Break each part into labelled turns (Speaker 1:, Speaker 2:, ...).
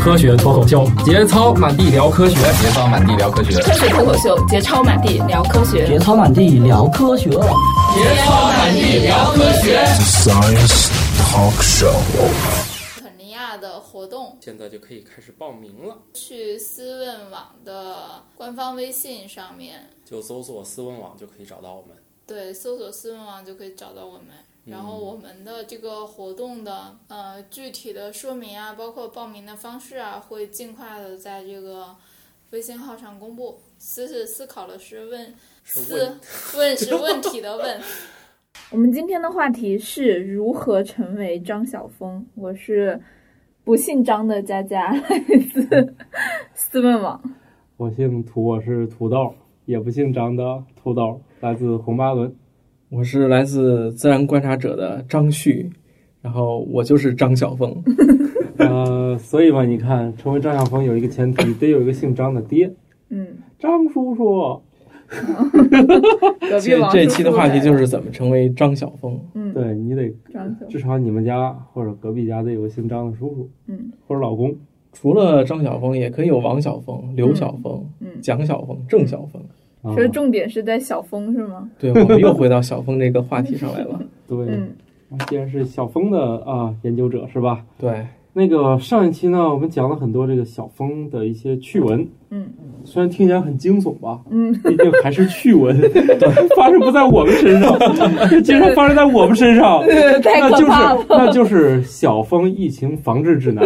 Speaker 1: 科学脱口秀，节操满地聊科学，
Speaker 2: 节操满地聊科学，
Speaker 3: 科学脱口秀，节操满地聊科学，
Speaker 4: 节操满地聊科学，啊
Speaker 5: 节操满地聊科学。
Speaker 6: Science Talk Show。
Speaker 5: 肯尼亚的活动
Speaker 7: 现在就可以开始报名了，
Speaker 5: 去思问网的官方微信上面
Speaker 7: 就搜索“思问网”就可以找到我们。
Speaker 5: 对，搜索思问网就可以找到我们。然后我们的这个活动的呃具体的说明啊，包括报名的方式啊，会尽快的在这个微信号上公布。思是思考的是问，思问是问题的问。我们今天的话题是如何成为张晓峰。我是不姓张的佳佳，来 自思问网。
Speaker 8: 我姓涂，我是土豆，也不姓张的土豆，来自红巴伦。
Speaker 9: 我是来自自然观察者的张旭，然后我就是张晓 峰。
Speaker 8: 呃，所以嘛，你看，成为张晓峰有一个前提，得有一个姓张的爹。
Speaker 5: 嗯，
Speaker 8: 张叔叔。
Speaker 5: 隔壁王叔叔。
Speaker 9: 这期的话题就是怎么成为张晓峰。
Speaker 5: 嗯，
Speaker 8: 对你得
Speaker 5: 张
Speaker 8: 至少你们家或者隔壁家得有个姓张的叔叔，
Speaker 5: 嗯，
Speaker 8: 或者老公。
Speaker 9: 除了张晓峰，也可以有王晓峰、刘晓峰、
Speaker 5: 嗯，
Speaker 9: 蒋晓峰、郑晓峰。
Speaker 8: 啊
Speaker 5: 所以重点是在小峰是吗？
Speaker 9: 对，我们又回到小峰这个话题上来 了。
Speaker 8: 对，
Speaker 5: 嗯，
Speaker 8: 既然是小峰的啊研究者是吧？
Speaker 9: 对，
Speaker 8: 那个上一期呢，我们讲了很多这个小峰的一些趣闻，
Speaker 5: 嗯，
Speaker 8: 虽然听起来很惊悚吧，
Speaker 5: 嗯，
Speaker 8: 毕竟还是趣闻， 发生不在我们身上， 这竟然发生在我们身上，
Speaker 5: 太
Speaker 8: 那
Speaker 5: 可
Speaker 8: 就是
Speaker 5: 怕了。
Speaker 8: 那就是小峰疫情防治指南，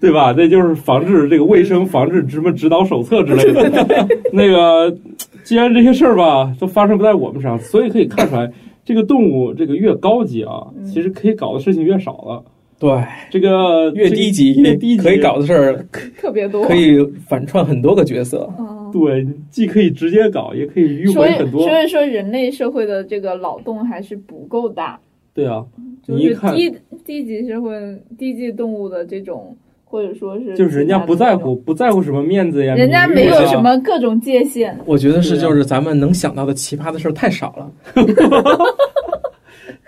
Speaker 8: 对吧？那就是防治这个卫生防治什么指导手册之 类的。那个，既然这些事儿吧都发生不在我们身上，所以可以看出来，这个动物这个越高级啊，
Speaker 5: 嗯
Speaker 8: 其实可以搞的事情越少了。
Speaker 9: 对，
Speaker 8: 这个
Speaker 9: 越低级
Speaker 8: 这个越低级
Speaker 9: 可以搞的事儿
Speaker 5: 特别多，
Speaker 9: 可以反串很多个角色。
Speaker 5: 嗯。
Speaker 8: 对，你既可以直接搞，也可以迂
Speaker 5: 所
Speaker 8: 回
Speaker 5: 以
Speaker 8: 很多。
Speaker 5: 所以说，人类社会的这个脑洞还是不够大，
Speaker 8: 对啊，
Speaker 5: 就
Speaker 8: 你一
Speaker 5: 是
Speaker 8: 看
Speaker 5: 低低级社会、低级动物的这种，或者说是
Speaker 8: 就是人家不在乎，
Speaker 5: 其
Speaker 8: 不在乎什么面子呀，
Speaker 5: 他的那种，人家
Speaker 8: 名誉
Speaker 5: 没
Speaker 8: 啊
Speaker 5: 有什么各种界限。
Speaker 9: 我觉得是，
Speaker 8: 对啊
Speaker 9: 就是咱们能想到的奇葩的事儿太少了。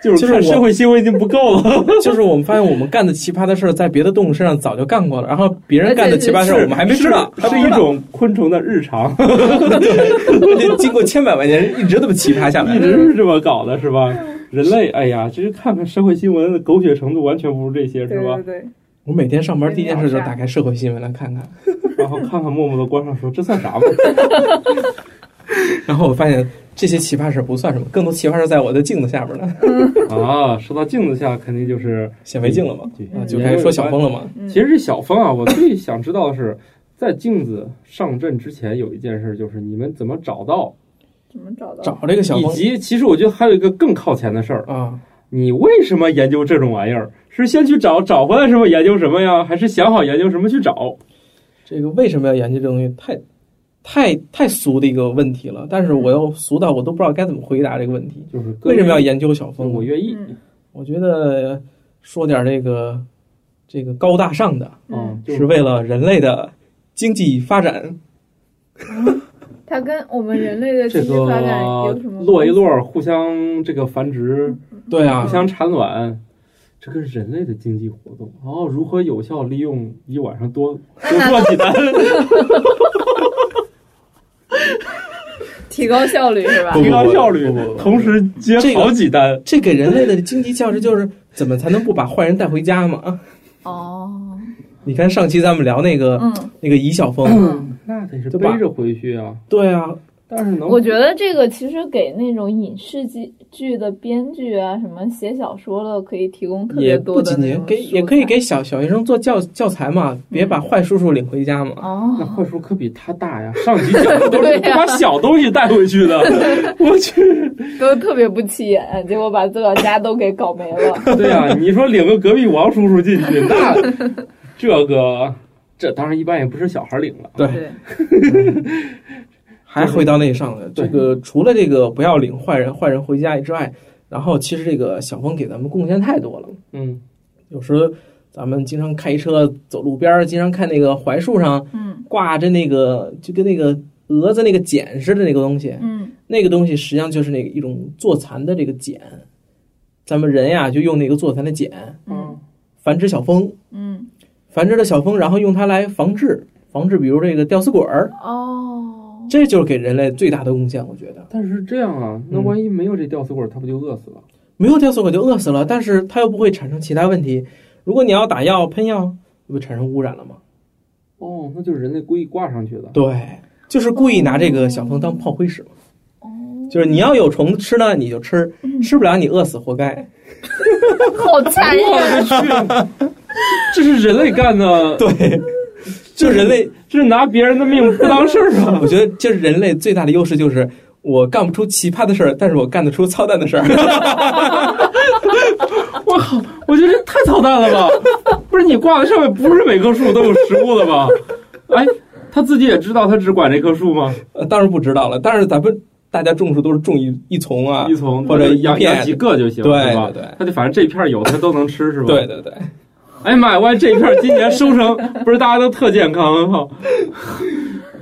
Speaker 8: 就是看
Speaker 9: 就是我
Speaker 8: 社会新闻已经不够了。
Speaker 9: 就是我们发现我们干的奇葩的事儿，在别的动物身上早就干过了，然后别人干的奇葩事儿我们还没知道，
Speaker 8: 是一种昆虫的日常，
Speaker 9: 这经过千百万年一直这么奇葩下来
Speaker 8: 一。直 是这么搞的，是吧？人类，哎呀，这是看看社会新闻的狗血程度，完全不如这些，
Speaker 5: 对
Speaker 8: 是吧
Speaker 5: 对？对，
Speaker 9: 我每天上班第一件事就是打开社会新闻来看看，
Speaker 8: 然后看看默默的关上，说这算啥嘛？
Speaker 9: 然后我发现这些奇葩事儿不算什么，更多奇葩事儿在我的镜子下边呢，
Speaker 8: 啊，说到镜子下，肯定就是
Speaker 9: 显微镜了嘛，
Speaker 8: 对
Speaker 9: 啊，就开始说小峰了嘛。
Speaker 5: 嗯
Speaker 8: 其实这小峰啊，我最想知道的是，在镜子上阵之前有一件事，就是你们怎么找到，
Speaker 5: 怎么找到？
Speaker 9: 找这个小
Speaker 8: 以
Speaker 9: 峰
Speaker 8: 及其实我觉得还有一个更靠前的事儿，
Speaker 9: 啊，
Speaker 8: 你为什么研究这种玩意儿？是先去找找回来什么研究什么呀？还是想好研究什么去找？
Speaker 9: 这个为什么要研究这东西？太。太太俗的一个问题了，但是我又俗到我都不知道该怎么回答这个问题。
Speaker 8: 就是
Speaker 9: 为什么要研究小峰？
Speaker 8: 我愿意，
Speaker 5: 嗯
Speaker 9: 我觉得说点这个这个高大上的，
Speaker 5: 嗯，
Speaker 8: 就是
Speaker 9: 为了人类的经济发展。
Speaker 5: 它跟我们人类的经
Speaker 8: 这
Speaker 5: 济
Speaker 8: 个
Speaker 5: 发展有什么？
Speaker 8: 落一，落，互相这个繁殖，
Speaker 9: 对
Speaker 8: 互
Speaker 9: 啊，
Speaker 8: 相产卵，这个人类的经济活动。哦，如何有效利用一晚上多多做几 单？
Speaker 5: 提高效率是吧？
Speaker 9: 不
Speaker 8: 提高效率
Speaker 9: 不不不不，不
Speaker 8: 同时接好几单。
Speaker 9: 这给人类的经济价值就是怎么才能不把坏人带回家嘛？啊
Speaker 5: 哦，
Speaker 9: 你看上期咱们聊那个、
Speaker 5: 嗯，
Speaker 9: 那个尹晓峰，
Speaker 8: 那得是
Speaker 9: 对吧
Speaker 8: 背着回去啊，
Speaker 9: 对啊，
Speaker 8: 但是能
Speaker 5: 我觉得这个其实给那种影视剧剧的编剧啊，什么写小说的，可以提供特别
Speaker 9: 也
Speaker 5: 多
Speaker 9: 不
Speaker 5: 的
Speaker 9: 仅
Speaker 5: 那
Speaker 9: 仅
Speaker 5: 种
Speaker 9: 给
Speaker 5: 素
Speaker 9: 也可以
Speaker 5: 材嗯
Speaker 9: 给小小学生做教教材嘛，别把坏叔叔领回家嘛。
Speaker 8: 那
Speaker 5: 哦，
Speaker 8: 坏叔可比他大呀，上级讲的都
Speaker 5: 对
Speaker 8: 是
Speaker 5: 呀
Speaker 8: 把小东西带回去 的，我去。
Speaker 5: 都特别不起眼，结果把自个儿家都给搞没了。
Speaker 8: 对呀、你说领个隔壁王叔叔进去，那这个这当然一般也不是小孩领了。
Speaker 9: 对，
Speaker 5: 对，
Speaker 9: 还回到那上了。
Speaker 8: 对
Speaker 9: 这个除了这个不要领坏人坏人回家之外，然后其实这个小峰给咱们贡献太多了。
Speaker 8: 嗯，
Speaker 9: 有时候咱们经常开车走路边儿，经常看那个槐树上
Speaker 5: 嗯
Speaker 9: 挂着那个，就跟那个蛾子那个茧似的那个东西，
Speaker 5: 嗯
Speaker 9: 那个东西实际上就是那个一种坐蚕的这个茧。咱们人呀，就用那个坐蚕的茧
Speaker 5: 嗯，
Speaker 9: 繁殖小蜂，
Speaker 5: 嗯，
Speaker 9: 繁殖的小蜂，然后用它来防治防治，比如这个吊死鬼儿，
Speaker 5: 嗯哦，
Speaker 9: 这就是给人类最大的贡献，我觉得。
Speaker 8: 但是这样啊，那
Speaker 9: 嗯
Speaker 8: 万一没有这吊死鬼，他不就饿死了？
Speaker 9: 没有吊死鬼就饿死了，但是它又不会产生其他问题。如果你要打药喷药，那不产生污染了吗？
Speaker 8: 哦，那就是人类故意挂上去的。
Speaker 9: 对，就是故意拿这个小蜂当炮灰使嘛。就是你要有虫子吃呢，你就吃；吃不了你饿死，活该。
Speaker 5: 好残忍！啊
Speaker 8: 这是人类干的，
Speaker 9: 对， 就人类，
Speaker 8: 这是拿别人的命不当事儿啊！
Speaker 9: 我觉得就是人类最大的优势就是我干不出奇葩的事儿，但是我干得出操蛋的事儿。
Speaker 8: 我靠，我觉得这太操蛋了吧！不是你挂的上面，不是每棵树都有食物的吧？哎，他自己也知道他只管这棵树吗？
Speaker 9: 呃，当然不知道了，但是咱们大家种树都是种一一丛啊
Speaker 8: 一。丛
Speaker 9: 或者
Speaker 8: 就是养
Speaker 9: 一片
Speaker 8: 养几个就行，
Speaker 9: 对
Speaker 8: 是吧？
Speaker 9: 对对
Speaker 8: 他就反正这片儿有他都能吃，是吧？
Speaker 9: 对。对对，
Speaker 8: 哎呀妈呀，万一这片儿今年收成不是大家都特健康，我靠！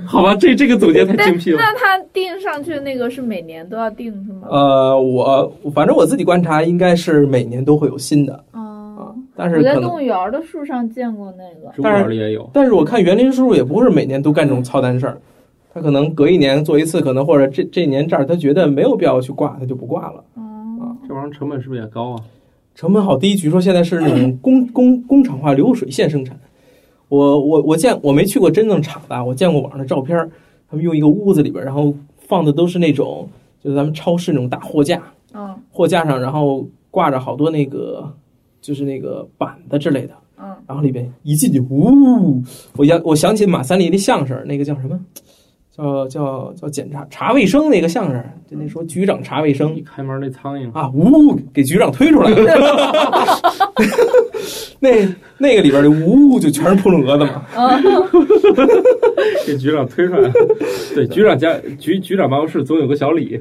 Speaker 8: 好吧，这这个总 结太精辟了。
Speaker 5: 那他定上去那个是每年都要定是吗？
Speaker 9: 呃，我反正我自己观察，应该是每年都会有新的
Speaker 8: 哦
Speaker 9: 啊
Speaker 5: 嗯，，
Speaker 9: 但是
Speaker 5: 我在
Speaker 9: 可
Speaker 5: 动
Speaker 9: 能，
Speaker 5: 物园的树上见过那个。
Speaker 8: 植物园里也有，
Speaker 9: 但是我看园林叔叔也不是每年都干这种操蛋事儿，他可能隔一年做一次，可能或者这这一年这儿他觉得没有必要去挂，他就不挂了。
Speaker 5: 哦，
Speaker 8: 这玩意儿成本是不是也高啊？
Speaker 9: 成本好低，据说现在是那种工工工厂化流水线生产。我我我见我没去过真正厂子啊，我见过网上的照片儿，他们用一个屋子里边儿，然后放的都是那种就是咱们超市那种大货架，
Speaker 5: 嗯
Speaker 9: 货架上然后挂着好多那个就是那个板子之类的，
Speaker 5: 嗯，
Speaker 9: 然后里边一进去，呜，我想我想起马三立的相声，那个叫什么？叫叫叫检查查卫生那个相声，就那时候局长查卫生，
Speaker 8: 一开门那苍蝇，
Speaker 9: 啊，呜，给局长推出来了。 那那个里边的呜就全是扑棱蛾子嘛，
Speaker 8: 给局长推出来了。 对，局长家局局长办公室总有个小李，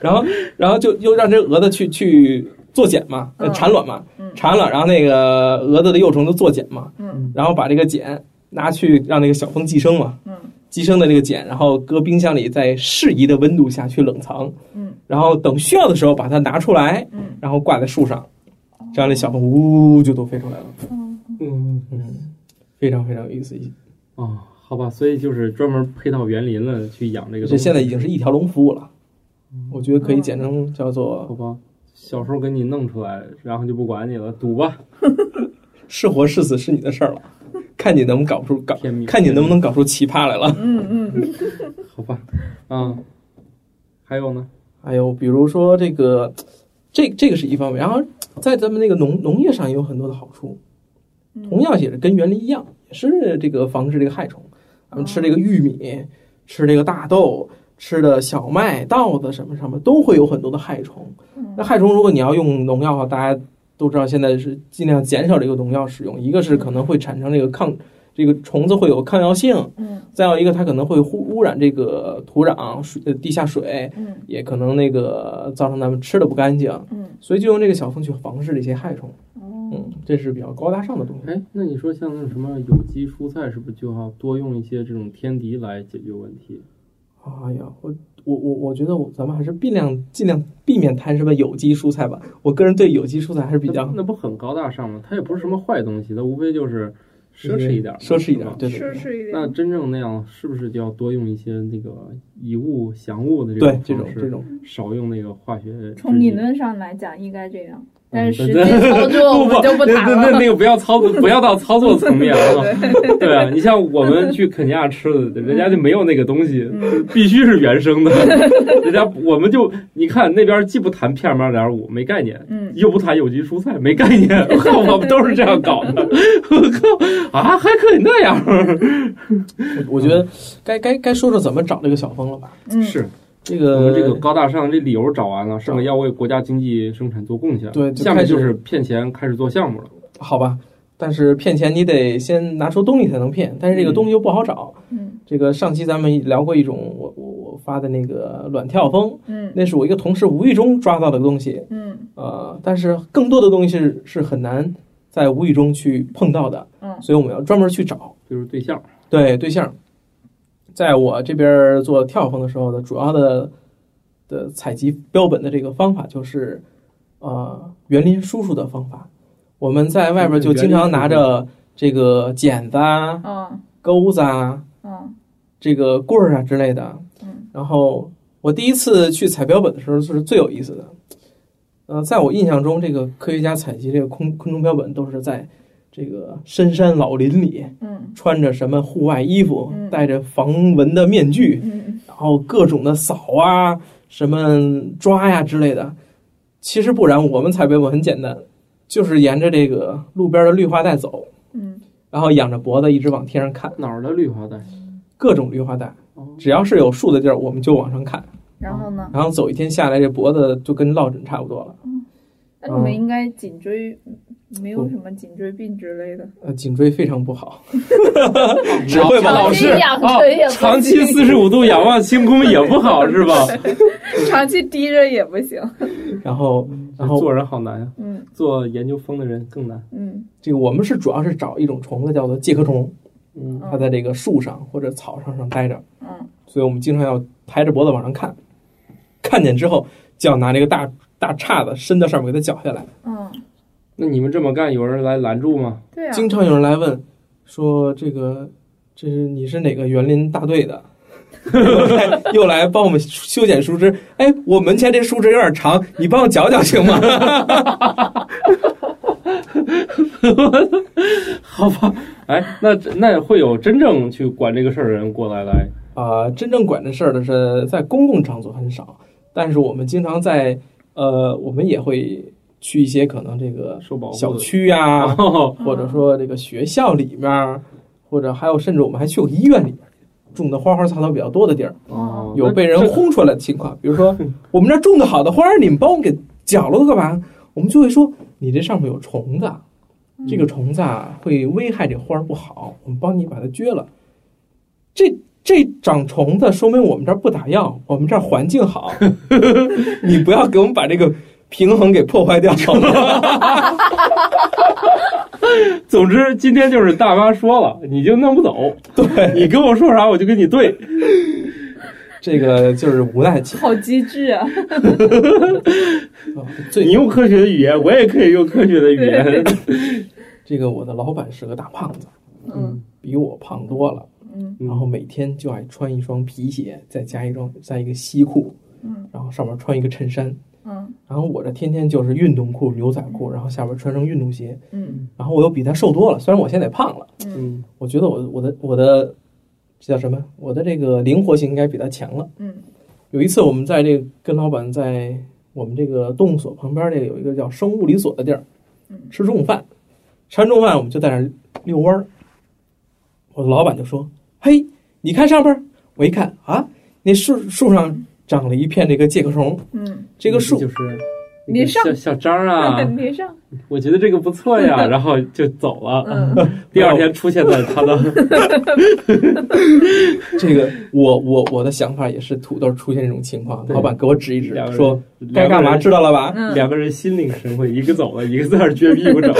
Speaker 9: 然后然后就又让这蛾子去去做茧嘛，呃
Speaker 5: 嗯
Speaker 9: 产卵嘛
Speaker 5: 嗯，
Speaker 9: 产卵，然后那个蛾子的幼虫就做茧嘛，
Speaker 5: 嗯
Speaker 9: 然后把这个茧拿去让那个小蜂寄生嘛，
Speaker 5: 嗯
Speaker 9: 寄生的这个茧，然后搁冰箱里在适宜的温度下去冷藏，
Speaker 5: 嗯，
Speaker 9: 然后等需要的时候把它拿出来，
Speaker 5: 嗯，
Speaker 9: 然后挂在树上，这样那小蜂呜就都飞出来了，
Speaker 8: 嗯
Speaker 9: 嗯，非常非常有意思，
Speaker 8: 哦，好吧，所以就是专门配套园林了去养这个
Speaker 9: 这
Speaker 8: 东西。
Speaker 9: 现在已经是一条龙服务了，我觉得
Speaker 5: 嗯
Speaker 9: 可以简称叫
Speaker 8: 好
Speaker 9: 做
Speaker 8: 吧，小时候给你弄出来，然后就不管你了，赌吧。
Speaker 9: 是活是死是你的事儿了，看你能不能搞出搞
Speaker 8: 天命，
Speaker 9: 看你能不能搞出奇葩来了。
Speaker 5: 嗯嗯，
Speaker 8: 好吧，啊、还有呢？
Speaker 9: 还有哎比如说这个，这这个是一方面，然后在咱们那个农农业上也有很多的好处，同样也是跟园林一样，也是这个防治这个害虫。咱们吃这个玉米，吃这个大豆，吃的小麦、稻子什么什么，都会有很多的害虫。
Speaker 5: 嗯
Speaker 9: 那害虫如果你要用农药的话，大家都知道现在是尽量减少这个农药使用，一个是可能会产生这个抗。这个虫子会有抗药性，
Speaker 5: 嗯，
Speaker 9: 再有一个它可能会污污染这个土壤、水、呃地下水，
Speaker 5: 嗯，
Speaker 9: 也可能那个造成咱们吃的不干净，
Speaker 5: 嗯，
Speaker 9: 所以就用这个小蜂去防治这些害虫，
Speaker 5: 哦
Speaker 9: 嗯，这是比较高大上的东西。
Speaker 8: 哎，那你说像那什么有机蔬菜，是不是就要多用一些这种天敌来解决问题？
Speaker 9: 哎呀，我我我我觉得我咱们还是尽量尽量避免谈什么有机蔬菜吧。我个人对有机蔬菜还是比较
Speaker 8: 那那不很高大上吗？它也不是什么坏东西，它无非就是奢侈一点嘛，
Speaker 9: 奢侈一点
Speaker 8: 是吧，
Speaker 9: 对对
Speaker 5: 奢
Speaker 9: 对。
Speaker 5: 侈一
Speaker 8: 那
Speaker 5: 点。
Speaker 8: 真正那样，是不是就要多用一些那个以物降物的这
Speaker 9: 对
Speaker 8: 种
Speaker 9: 这种
Speaker 8: 方式
Speaker 9: 这种，
Speaker 8: 少用那个化学制剂？
Speaker 5: 从理论上来讲应该这样，但是实
Speaker 8: 嗯
Speaker 5: 际
Speaker 8: 对对
Speaker 5: 操作我们就不
Speaker 8: 那
Speaker 5: 谈
Speaker 8: 那那
Speaker 5: 了。
Speaker 8: 那个不要操作，不要到操作层面 啊。对啊，你像我们去肯尼亚吃的，人家就没有那个东西，
Speaker 5: 嗯
Speaker 8: 必须是原 生的。人家我们就你看那边既不谈 PM 二点五没概念，
Speaker 5: 嗯
Speaker 8: 又不谈有机蔬菜没概念， 我靠，我们都是这样搞的。 我靠啊，还可以那样？
Speaker 9: 我我觉得该该该说说怎么找这个小蜂了吧？
Speaker 5: 嗯
Speaker 8: 是
Speaker 9: 嗯这
Speaker 8: 我
Speaker 9: 个
Speaker 8: 们这个高大上这理由找完了，上面要为国家经济生产做贡献，
Speaker 9: 对就
Speaker 8: 下面就
Speaker 9: 开始
Speaker 8: 是骗钱开始做项目了。
Speaker 9: 好吧，但是骗钱你得先拿出东西才能骗，但是这个
Speaker 8: 嗯
Speaker 9: 东西又不好找。
Speaker 5: 嗯
Speaker 9: 这个上期咱们聊过一种我我我发的那个卵跳蜂，
Speaker 5: 嗯
Speaker 9: 那是我一个同事无意中抓到的东西，
Speaker 5: 嗯
Speaker 9: 呃，但是更多的东西是是很难在无意中去碰到的，
Speaker 5: 嗯
Speaker 9: 所以我们要专门去找
Speaker 8: 就是对象，
Speaker 9: 对对象。在我这边做跳蜂的时候呢，主要的的采集标本的这个方法就是，呃，园林叔叔的方法，我们在外边就经常拿着这个剪子啊、
Speaker 5: 嗯
Speaker 9: 钩子啊、
Speaker 5: 嗯
Speaker 9: 这个棍儿啊之类的。
Speaker 5: 嗯
Speaker 9: 然后我第一次去采标本的时候，就是最有意思的。呃，在我印象中，这个科学家采集这个空空中标本都是在这个深山老林里，
Speaker 5: 嗯
Speaker 9: 穿着什么户外衣服
Speaker 5: 嗯，
Speaker 9: 戴着防蚊的面具，
Speaker 5: 嗯
Speaker 9: 然后各种的扫啊、什么抓呀、之类的。其实不然，我们采标本很简单，就是沿着这个路边的绿化带走，
Speaker 5: 嗯
Speaker 9: 然后仰着脖子一直往天上看，
Speaker 8: 哪儿的绿化带？
Speaker 9: 各种绿化带
Speaker 8: 哦，
Speaker 9: 只要是有树的地儿，我们就往上看。
Speaker 5: 然后呢？
Speaker 9: 然后走一天下来，这脖子就跟落枕差不多了。
Speaker 5: 那
Speaker 8: 嗯
Speaker 5: 你们应该颈椎没有什么颈椎病之类的，
Speaker 9: 呃，颈椎非常 不好，只会往
Speaker 8: 老
Speaker 3: 长
Speaker 8: 是
Speaker 3: 期仰
Speaker 8: 哦
Speaker 3: 腿也不行
Speaker 8: 长期四十五度仰望星空也不好是 吧？
Speaker 5: 长期低着也不行。
Speaker 9: 然后然后
Speaker 8: 嗯做人好难啊，
Speaker 5: 嗯
Speaker 8: 做研究风的人更难。
Speaker 5: 嗯
Speaker 9: 这个我们是主要是找一种虫子叫做介壳虫，
Speaker 8: 嗯，
Speaker 9: 它在这个树上或者草上上待着，
Speaker 5: 嗯
Speaker 9: 所以我们经常要抬着脖子往上看，看见之后就要拿这个大大叉子伸到上面给它绞下来。
Speaker 5: 嗯，
Speaker 8: 那你们这么干，有人来拦住吗？
Speaker 5: 对啊，
Speaker 9: 经常有人来问说这个这是你是哪个园林大队的？ 又来又来帮我们修剪树枝，哎，我门前这树枝有点长，你帮我绞绞行吗？
Speaker 8: 好吧，哎，那那会有真正去管这个事儿的人过来来，
Speaker 9: 啊、真正管这事儿的是在公共场所很少，但是我们经常在呃，我们也会去一些可能这个
Speaker 8: 受保护的
Speaker 9: 小区呀、
Speaker 8: 哦，
Speaker 9: 或者说这个学校里面儿，或者还有甚至我们还去过医院里面儿种的花花草草比较多的地儿，
Speaker 8: 哦
Speaker 9: 有被人轰出来的情况。比如说我们这儿种的好的花儿，你们帮我们给绞了干嘛？我们就会说你这上面有虫子啊，这个虫子啊会危害这花儿不好，我们帮你把它撅了。这这长虫子说明我们这儿不打药，我们这儿环境好，你不要给我们把这个平衡给破坏掉。
Speaker 8: 总之，今天就是大妈说了，你就弄不走。对你跟我说啥，我就跟你对。
Speaker 9: 这个就是无奈情
Speaker 5: 好机智啊！
Speaker 9: 况。最
Speaker 8: 你用科学的语言，我也可以用科学的语言。
Speaker 9: 这个我的老板是个大胖子，
Speaker 5: 嗯
Speaker 9: 比我胖多了，
Speaker 5: 嗯
Speaker 9: 然后每天就爱穿一双皮鞋，再加一双再一个西裤，
Speaker 5: 嗯
Speaker 9: 然后上面穿一个衬衫。
Speaker 5: 嗯
Speaker 9: 然后我这天天就是运动裤、牛仔裤，然后下边穿双运动鞋。
Speaker 5: 嗯
Speaker 9: 然后我又比他瘦多了，虽然我现在也胖了，
Speaker 8: 嗯，
Speaker 9: 我觉得我我的我的这叫什么？我的这个灵活性应该比他强了。
Speaker 5: 嗯
Speaker 9: 有一次我们在这个跟老板在我们这个动物所旁边这个有一个叫生物理所的地儿
Speaker 5: 嗯
Speaker 9: 吃中午饭，吃完中午饭我们就在那儿遛弯儿。我的老板就说：“嘿，你看上边儿。”我一看啊，那树树上长了一片这个介壳虫，
Speaker 5: 嗯，
Speaker 9: 这个树
Speaker 8: 就是那个
Speaker 5: 你上
Speaker 8: 小小张 啊，
Speaker 5: 你上，
Speaker 8: 我觉得这个不错呀，
Speaker 9: 嗯
Speaker 8: 然后就走了。
Speaker 5: 嗯
Speaker 8: 第二天出现在他的，
Speaker 9: 这个我我我的想法也是土豆出现这种情况，
Speaker 8: 对
Speaker 9: 老板给我指一指
Speaker 8: 两个，人
Speaker 9: 说 该干嘛知道了吧？
Speaker 5: 嗯，
Speaker 8: 两个人心领神会，一个走了，一个在那儿撅屁股走。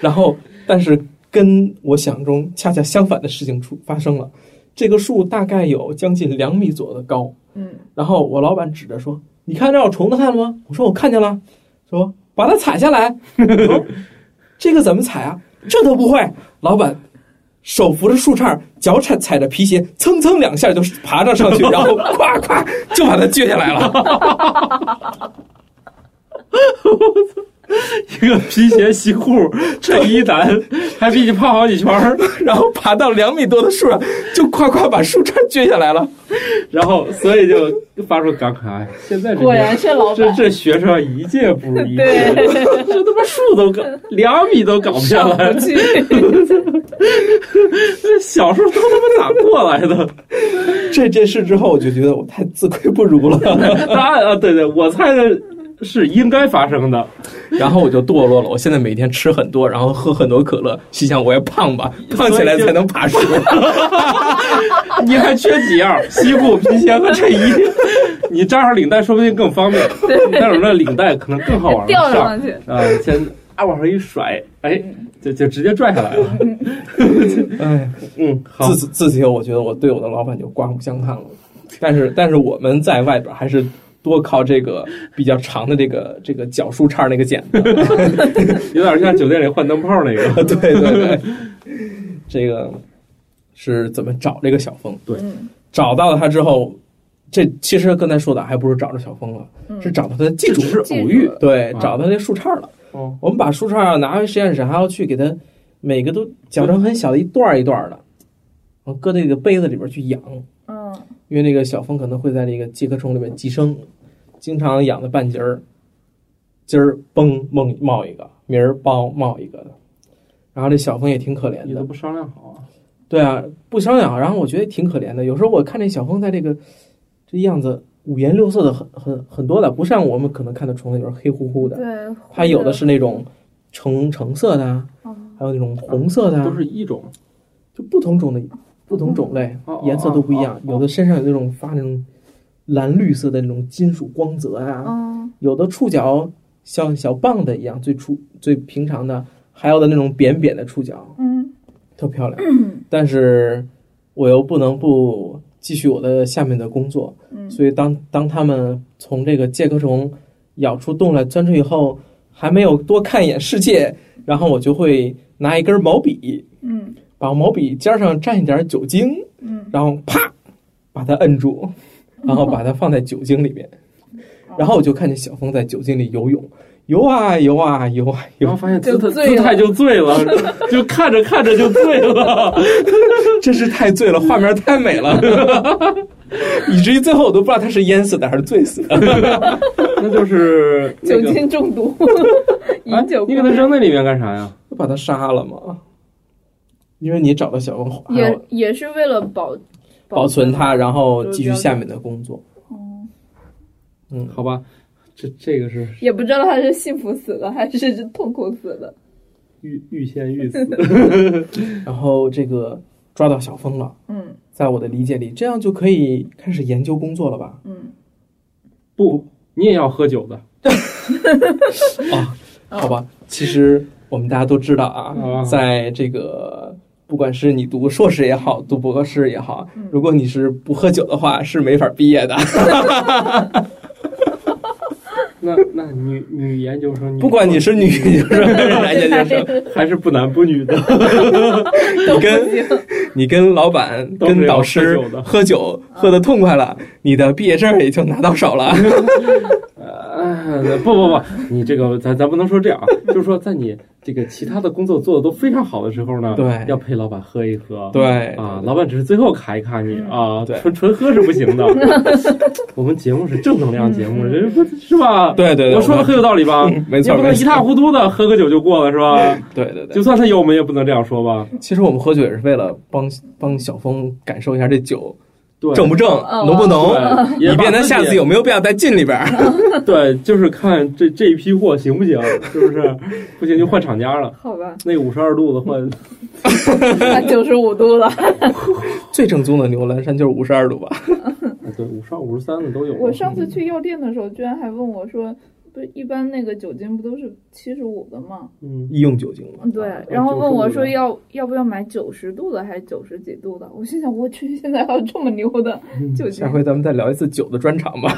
Speaker 9: 然后，但是跟我想中恰恰相反的事情出发生了。这个树大概有将近两米左右的高，
Speaker 5: 嗯
Speaker 9: 然后我老板指着说：“你看这有虫子看了吗？”我说：“我看见了。”说：“把它采下来。我说”这个怎么采啊？这都不会。老板手扶着树杈，脚踩踩着皮鞋，蹭蹭两下就爬着上去，然后咵咵就把它撅下来了。
Speaker 8: 一个皮鞋、西裤、衬衣男，还比你胖好几圈儿。
Speaker 9: 然后爬到两米多的树上，就夸夸把树杈撅下来了。
Speaker 8: 然后所以就发出感慨，哎现在这
Speaker 5: 果然是老
Speaker 8: 这
Speaker 5: 板，
Speaker 8: 这学生一届不如一 届，
Speaker 5: 对，
Speaker 8: 这他妈树都搞两米都搞不下
Speaker 5: 上
Speaker 8: 来
Speaker 5: 不，去。
Speaker 8: 这小时候都他妈咋过来的？
Speaker 9: 这件事之后，我就觉得我太自愧不如了，
Speaker 8: 答案啊，对对，我猜的是应该发生的。
Speaker 9: 然后我就堕落了。我现在每天吃很多，然后喝很多可乐，心想我要 胖吧，胖起来才能爬树。
Speaker 8: 你还缺几样？西裤、皮鞋和衬衣。你扎上领带，说不定更方便。但是那领带可能更好玩儿，
Speaker 5: 吊
Speaker 8: 上
Speaker 5: 上去，嗯
Speaker 8: 啊，先啊往上一甩，哎，就就直接拽下来了。
Speaker 9: 哎，
Speaker 8: 嗯，好，
Speaker 9: 自此自此以后，我觉得我对我的老板就刮目相看了。但是，但是我们在外边还是多靠这个比较长的这个这个脚树杈那个剪子。
Speaker 8: 有点像酒店里换灯泡那个。
Speaker 9: 对对对，这个是怎么找这个小峰？
Speaker 8: 对
Speaker 3: 嗯
Speaker 9: 找到了他之后，这其实刚才说的还不是找着小峰了，
Speaker 3: 嗯
Speaker 9: 是找到他的寄主，
Speaker 8: 是偶遇，
Speaker 9: 对，
Speaker 8: 啊
Speaker 9: 找到那树杈了。
Speaker 8: 哦
Speaker 9: 我们把树杈拿回实验室，还要去给它每个都绞成很小的一段儿一段儿的，然后搁那个杯子里边儿去养，
Speaker 3: 嗯
Speaker 9: 因为那个小蜂可能会在这个介壳虫里面寄生，经常养的半截儿，今儿嘣冒冒一个，明儿包冒一个的。然后这小蜂也挺可怜
Speaker 8: 你都
Speaker 9: 的，
Speaker 8: 不商量好啊？
Speaker 9: 对啊，不商量。然后我觉得挺可怜的。有时候我看这小蜂在这个这样子五颜六色的很很很多的，不像我们可能看的虫子有时候黑乎乎的，
Speaker 3: 对，
Speaker 9: 它有的是那种橙橙色的啊，
Speaker 3: 哦
Speaker 9: 还有那种红色的啊，
Speaker 8: 都是一种
Speaker 9: 就不同种的不同种类
Speaker 8: 哦哦，
Speaker 9: 颜色都不一
Speaker 8: 哦
Speaker 9: 样。
Speaker 8: 哦
Speaker 9: 有的身上有那种发那种蓝绿色的那种金属光泽啊，
Speaker 3: 嗯
Speaker 9: 有的触角像小棒子一样，最初最平常的，还有的那种扁扁的触角，
Speaker 3: 嗯
Speaker 9: 特漂亮。但是我又不能不继续我的下面的工作，
Speaker 3: 嗯
Speaker 9: 所以当当他们从这个介壳虫咬出洞来钻出以后，还没有多看一眼世界，然后我就会拿一根毛笔，
Speaker 3: 嗯
Speaker 9: 把毛笔尖儿上蘸一点酒精，
Speaker 3: 嗯，
Speaker 9: 然后啪把它摁住，然后把它放在酒精里面，然后我就看见小峰在酒精里游泳，游啊游啊游啊
Speaker 8: 然
Speaker 9: 游
Speaker 8: 后
Speaker 9: 啊，
Speaker 8: 发现
Speaker 3: 就
Speaker 8: 姿态
Speaker 3: 醉了
Speaker 8: 姿态就醉了，就看着看着就醉了。
Speaker 9: 真是太醉了，画面太美了，以至于最后我都不知道他是淹死的还是醉死的。
Speaker 8: 那就是
Speaker 3: 酒
Speaker 8: 那个，
Speaker 3: 精中毒，
Speaker 8: 哎
Speaker 3: 饮酒
Speaker 8: 你
Speaker 3: 过
Speaker 8: 给
Speaker 3: 量
Speaker 8: 它扔那里面干啥呀？
Speaker 9: 把他杀了嘛？因为你找到小王华，然
Speaker 3: 也
Speaker 9: 后
Speaker 3: 也是为了保
Speaker 9: 保存它，然后继续
Speaker 3: 就是
Speaker 9: 下面的工作。
Speaker 3: 哦
Speaker 9: 嗯，
Speaker 8: 好吧，这这个是
Speaker 3: 也不知道他是幸福死的还是痛苦死的。
Speaker 8: 欲欲仙欲死。
Speaker 9: 然后这个抓到小峰了，
Speaker 3: 嗯
Speaker 9: 在我的理解里，这样就可以开始研究工作了吧？
Speaker 3: 嗯，
Speaker 8: 不，你也要喝酒的
Speaker 9: 好吧，其实我们大家都知道啊，
Speaker 8: 嗯
Speaker 9: 在这个。不管是你读硕士也好，读博士也好，如果你是不喝酒的话，是没法毕业的。
Speaker 8: 那那女女研究生，
Speaker 9: 不管你是女 研究生还是男研究生，
Speaker 8: 还是不男不女的，
Speaker 9: 你跟你跟老板、
Speaker 8: 都是
Speaker 9: 跟
Speaker 8: 要
Speaker 9: 导
Speaker 8: 喝
Speaker 9: 师
Speaker 8: 酒的
Speaker 9: 喝酒，喝的痛快了，你的毕业证也就拿到 手了。
Speaker 8: 呃， 不不不，你这个咱咱不能说这样啊，就是说在你这个其他的工作做的都非常好的时候呢，
Speaker 9: 对
Speaker 8: 要陪老板喝一喝，
Speaker 9: 对
Speaker 8: 啊，老板只是最后卡一卡你啊，
Speaker 9: 对
Speaker 8: 纯纯喝是不行的。 我们节目是正能量节目，人不是吧？
Speaker 9: 对对对，
Speaker 8: 我说的很有道理吧？
Speaker 9: 嗯没
Speaker 8: 也
Speaker 9: 错，
Speaker 8: 不能
Speaker 9: 没
Speaker 8: 一
Speaker 9: 错
Speaker 8: 塌糊涂的喝个酒就过了是吧？
Speaker 9: 对对对
Speaker 8: 就。算他有，我们也不能这样说吧？
Speaker 9: 其实我们喝酒也是为了帮帮小峰感受一下这酒
Speaker 8: 对，
Speaker 9: 正不正、浓不浓，
Speaker 8: 对，也
Speaker 9: 以便他
Speaker 8: 把自己
Speaker 9: 下次有没有必要再进里 边儿。
Speaker 8: 对，就是看这这一批货行不行，是不是？不行就换厂家了。
Speaker 3: 好吧，
Speaker 8: 那五十二度的换，
Speaker 3: 那九十五度了。
Speaker 9: 最正宗的牛栏山就是五十二度吧？
Speaker 8: 对，五十二、五十三的都有。
Speaker 3: 我上次去药店的时候，居然还问我说，不是一般那个酒精不都是七十五的吗？
Speaker 8: 嗯，
Speaker 9: 医用酒精嘛，
Speaker 3: 嗯，对
Speaker 8: 啊。
Speaker 3: 然后问我说
Speaker 8: 95的
Speaker 3: 要要不要买九十度的还是九十几度的？我心想，我去，现在还有这么牛的
Speaker 8: 嗯
Speaker 3: 酒精
Speaker 9: 下，回咱们再聊一次酒的专场吧。